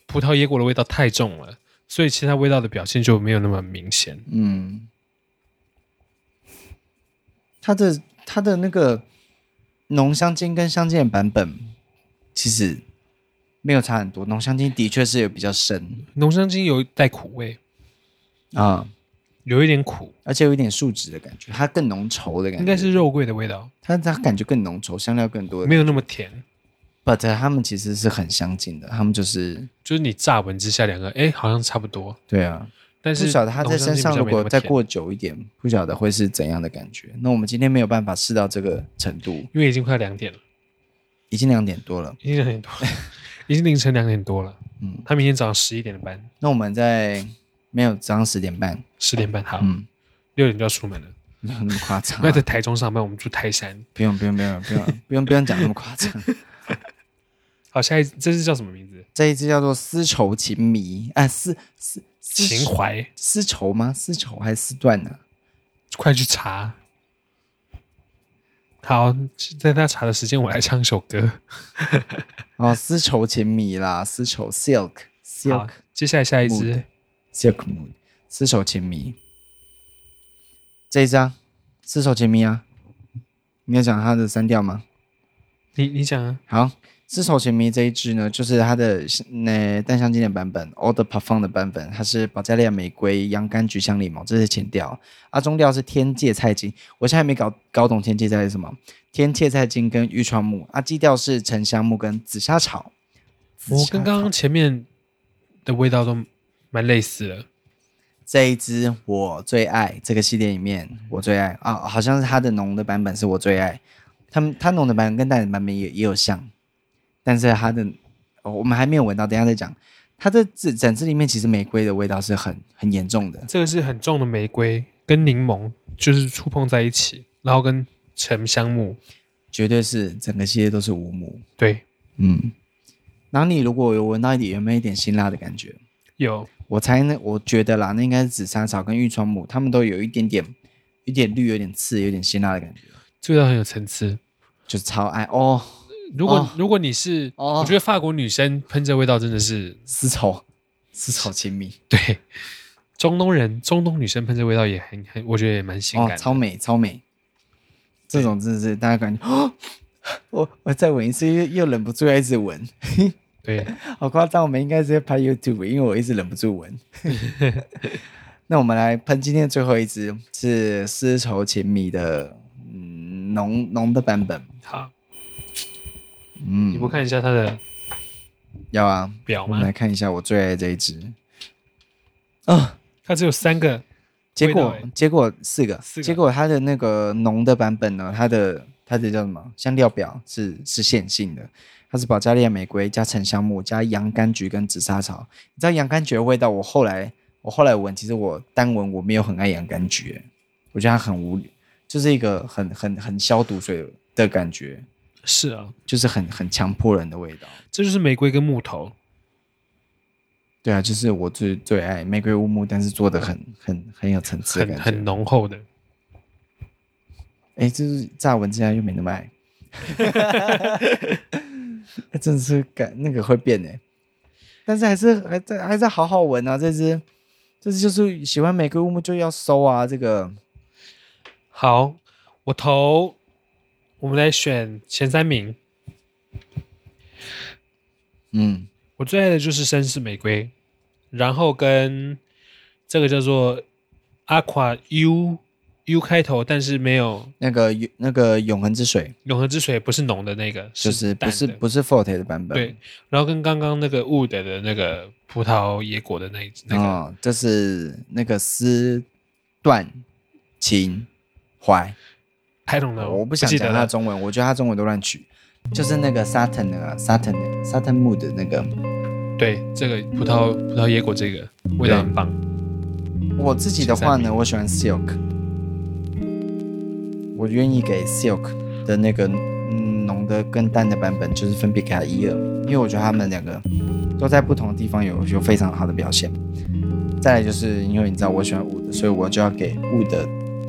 [SPEAKER 2] 葡萄野果的味道太重了，所以其他味道的表现就没有那么明显。
[SPEAKER 1] 嗯，它的它的那个浓香精跟香精的版本其实没有差很多，浓香精的确是有比较深
[SPEAKER 2] 浓香精有带苦味，
[SPEAKER 1] 啊、
[SPEAKER 2] 有一点苦，
[SPEAKER 1] 而且有一点树脂的感觉，它更浓稠的感觉，
[SPEAKER 2] 应该是肉桂的味道，
[SPEAKER 1] 它它感觉更浓稠，香料更多的。
[SPEAKER 2] 没有那么甜。
[SPEAKER 1] But 呃它们其实是很相近的，它们就是
[SPEAKER 2] 就是你乍闻之下，两个哎好像差不多，
[SPEAKER 1] 对啊，
[SPEAKER 2] 但
[SPEAKER 1] 不
[SPEAKER 2] 是
[SPEAKER 1] 晓得它在身上如
[SPEAKER 2] 浓香精比较没那
[SPEAKER 1] 果
[SPEAKER 2] 么
[SPEAKER 1] 再
[SPEAKER 2] 甜，
[SPEAKER 1] 过久一点，不晓得会是怎样的感觉。那我们今天没有办法试到这个程度，
[SPEAKER 2] 因为已经快两点了，
[SPEAKER 1] 已经两点多了。
[SPEAKER 2] 已经两点多了。已经凌晨两点多了。
[SPEAKER 1] 嗯
[SPEAKER 2] 他明天早上十一点的班，
[SPEAKER 1] 那我们在没有早上十点半，
[SPEAKER 2] 十点半好，
[SPEAKER 1] 嗯，
[SPEAKER 2] 六点就要出门了。
[SPEAKER 1] 没有那么夸张啊
[SPEAKER 2] 那、在台中上班，我们住泰山。
[SPEAKER 1] 不用不用不用不用不用不用讲那么夸张。
[SPEAKER 2] 好，下一这是叫什么名字？
[SPEAKER 1] 这一支叫做丝绸情迷，啊，丝丝丝
[SPEAKER 2] 情怀，
[SPEAKER 1] 丝绸吗？丝绸还是丝缎呢、
[SPEAKER 2] 快去查。好，在他查的时间，我来唱首歌。
[SPEAKER 1] 哦，丝绸情迷啦，丝绸 silk
[SPEAKER 2] 好
[SPEAKER 1] silk，
[SPEAKER 2] 接下来下一
[SPEAKER 1] 木
[SPEAKER 2] 支
[SPEAKER 1] silk moon，丝绸情迷。这一张丝绸情迷啊，你要讲它的三调吗？
[SPEAKER 2] 你你讲啊，
[SPEAKER 1] 好，丝绸情迷这一支呢，就是它的那淡香精的版本，Old Parfum 的版本，它是保加利亚玫瑰、洋甘菊香、柠檬，这是前调。啊，中调是天芥菜精，我现在还没搞搞懂天芥菜是什么。天芥菜精跟玉川木，啊，基调是沉香木跟紫砂草。紫
[SPEAKER 2] 我
[SPEAKER 1] 砂
[SPEAKER 2] 跟刚
[SPEAKER 1] 草
[SPEAKER 2] 刚前面的味道都蛮类似的。
[SPEAKER 1] 这一支我最爱，这个系列里面我最爱啊，好像是它的浓的版本是我最爱，他们它浓的版本跟淡的版本也也有像，但是它的、哦我们还没有闻到，等一下再讲。它的整整支里面其实玫瑰的味道是很很严重的，
[SPEAKER 2] 这个是很重的玫瑰跟柠檬，就是触碰在一起，然后跟沉香木，
[SPEAKER 1] 绝对是整个系列都是五母，
[SPEAKER 2] 对，
[SPEAKER 1] 嗯。然后你如果有闻到一点有没有一点辛辣的感觉？
[SPEAKER 2] 有
[SPEAKER 1] 我猜那我觉得啦，那应该是紫砂草跟玉川木，它们都有一点点，有点绿，有点刺，有点辛辣的感觉，
[SPEAKER 2] 这个味道很有层次。
[SPEAKER 1] 就是超爱哦，
[SPEAKER 2] 如果、
[SPEAKER 1] 哦
[SPEAKER 2] 如果你是，
[SPEAKER 1] 哦
[SPEAKER 2] 我觉得法国女生喷这味道真的是
[SPEAKER 1] 丝绸，丝绸亲密，
[SPEAKER 2] 对，中东人中东女生喷这味道也很很，我觉得也蛮性
[SPEAKER 1] 哦
[SPEAKER 2] 感，的。
[SPEAKER 1] 超美，超美，这种真的是大家感觉，哦、 我我再闻一次，又又忍不住要一直闻，
[SPEAKER 2] 对，
[SPEAKER 1] 好夸张，我们应该直接拍 YouTube，因为我一直忍不住闻。 那我们来喷今天最后一支是丝绸情迷的，嗯，浓浓的版本，
[SPEAKER 2] 好，你
[SPEAKER 1] 嗯，
[SPEAKER 2] 不看一下它的
[SPEAKER 1] 要啊，
[SPEAKER 2] 表
[SPEAKER 1] 我们
[SPEAKER 2] 吗
[SPEAKER 1] 来？看一下我最爱的这一支，啊、
[SPEAKER 2] 它只有三个，
[SPEAKER 1] 结
[SPEAKER 2] 味
[SPEAKER 1] 果
[SPEAKER 2] 道欸
[SPEAKER 1] 结果四个，
[SPEAKER 2] 四个
[SPEAKER 1] 结果它的那个浓的版本呢，它的它的叫什么香料表是是线性的，它是保加利亚玫瑰加沉香木加洋甘菊跟紫砂草。你知道洋甘菊的味道，我后来我后来闻，其实我单闻我没有很爱洋甘菊欸，我觉得它很无，就是一个很很很消毒水的感觉，
[SPEAKER 2] 是啊，
[SPEAKER 1] 就是很很强迫人的味道。
[SPEAKER 2] 这就是玫瑰跟木头，
[SPEAKER 1] 对啊，就是我最最爱玫瑰乌木，但是做的很很很有层次的
[SPEAKER 2] 很
[SPEAKER 1] 感觉
[SPEAKER 2] 很。浓厚的。
[SPEAKER 1] 哎，就是乍闻之下又没那么爱， 哎真的是感那个会变哎，但是还是还在还是好好闻啊，这只，这只就是喜欢玫瑰乌木就要收啊，这个
[SPEAKER 2] 好，我投，我们来选前三名。
[SPEAKER 1] 嗯，
[SPEAKER 2] 我最爱的就是绅士玫瑰，然后跟这个叫做 Aqua U U 开头，但是没有
[SPEAKER 1] 那个永那个永恒之水
[SPEAKER 2] 永恒之水，不是浓的那个，
[SPEAKER 1] 就是不
[SPEAKER 2] 淡
[SPEAKER 1] 是
[SPEAKER 2] 的
[SPEAKER 1] 不是 Forte 的版本，
[SPEAKER 2] 对，然后跟刚刚那个 Wood 的那个葡萄野果的那一那个，
[SPEAKER 1] 哦，这是那个丝缎情怀，
[SPEAKER 2] I don't know，
[SPEAKER 1] 我不想
[SPEAKER 2] 呃记
[SPEAKER 1] 讲
[SPEAKER 2] 得
[SPEAKER 1] 它
[SPEAKER 2] 了
[SPEAKER 1] 的中文，我觉得它中文都乱取，就是那个 Saturn 的啊 Saturn 的 Saturn 木的那个。
[SPEAKER 2] 对，这个葡萄葡萄野果这个味道很棒。
[SPEAKER 1] 我自己的话呢，我喜欢 Silk，我愿意给 Silk 的那个嗯浓的跟淡的版本，就是分别给它一二名，因为我觉得他们两个都在不同的地方有有非常好的表现。再来就是因为你知道我喜欢雾的，所以我就要给雾的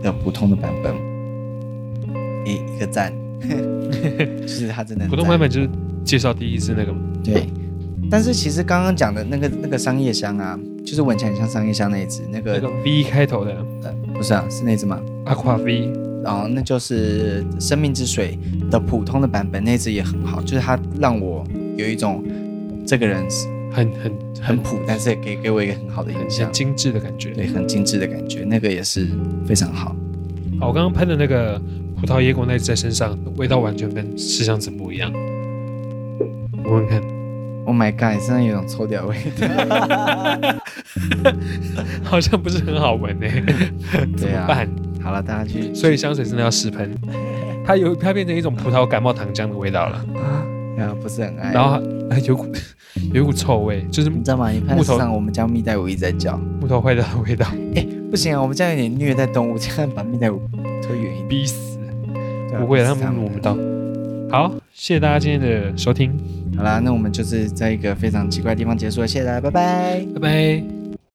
[SPEAKER 1] 的普通的版本一一个赞， 就是它真的很
[SPEAKER 2] 普通
[SPEAKER 1] 赞
[SPEAKER 2] 版本就是介绍第一支那个嘛，
[SPEAKER 1] 对，但是其实刚刚讲的那个那个商业香啊，就是闻起来很像商业香那一只，那个
[SPEAKER 2] 那个 V 开头的
[SPEAKER 1] 呃不是啊，是那只吗？
[SPEAKER 2] Aqua V，
[SPEAKER 1] 然后那就是《生命之水》的普通的版本，那支也很好，就是它让我有一种这个人是
[SPEAKER 2] 很很
[SPEAKER 1] 很
[SPEAKER 2] 很
[SPEAKER 1] 普，但是也给给我一个很好的印
[SPEAKER 2] 很
[SPEAKER 1] 象
[SPEAKER 2] 很，精致的感觉。
[SPEAKER 1] 对，很精致的感觉，那个也是非常好。
[SPEAKER 2] 好，我刚刚喷的那个葡萄野果那支在身上，味道完全跟试香子不一样。闻闻看，
[SPEAKER 1] Oh my god，身上有种臭掉味，
[SPEAKER 2] 好像不是很好闻欸呢、 怎
[SPEAKER 1] 对
[SPEAKER 2] 么
[SPEAKER 1] 啊。
[SPEAKER 2] 办？
[SPEAKER 1] 好了，大家去
[SPEAKER 2] 所以香水真的要试喷，它有它变成一种葡萄感冒糖浆的味道了。
[SPEAKER 1] 啊，呃，不是 很爱。
[SPEAKER 2] 然后还有股 有一股臭味，就是
[SPEAKER 1] 你知道吗？你看
[SPEAKER 2] 木头
[SPEAKER 1] 上我们家蜜袋鼯一直在叫，
[SPEAKER 2] 木头坏掉的味道，
[SPEAKER 1] 不行啊，我们这样有点虐待动物，这样把蜜袋鼯推远一点。
[SPEAKER 2] 逼死！
[SPEAKER 1] 对啊
[SPEAKER 2] 不会，
[SPEAKER 1] 逼
[SPEAKER 2] 他
[SPEAKER 1] 死
[SPEAKER 2] 们闻不到。好，谢谢大家今天的收听，
[SPEAKER 1] 好啦，那我们就是在一个非常奇怪的地方结束了，谢谢大家，拜拜。
[SPEAKER 2] 拜拜。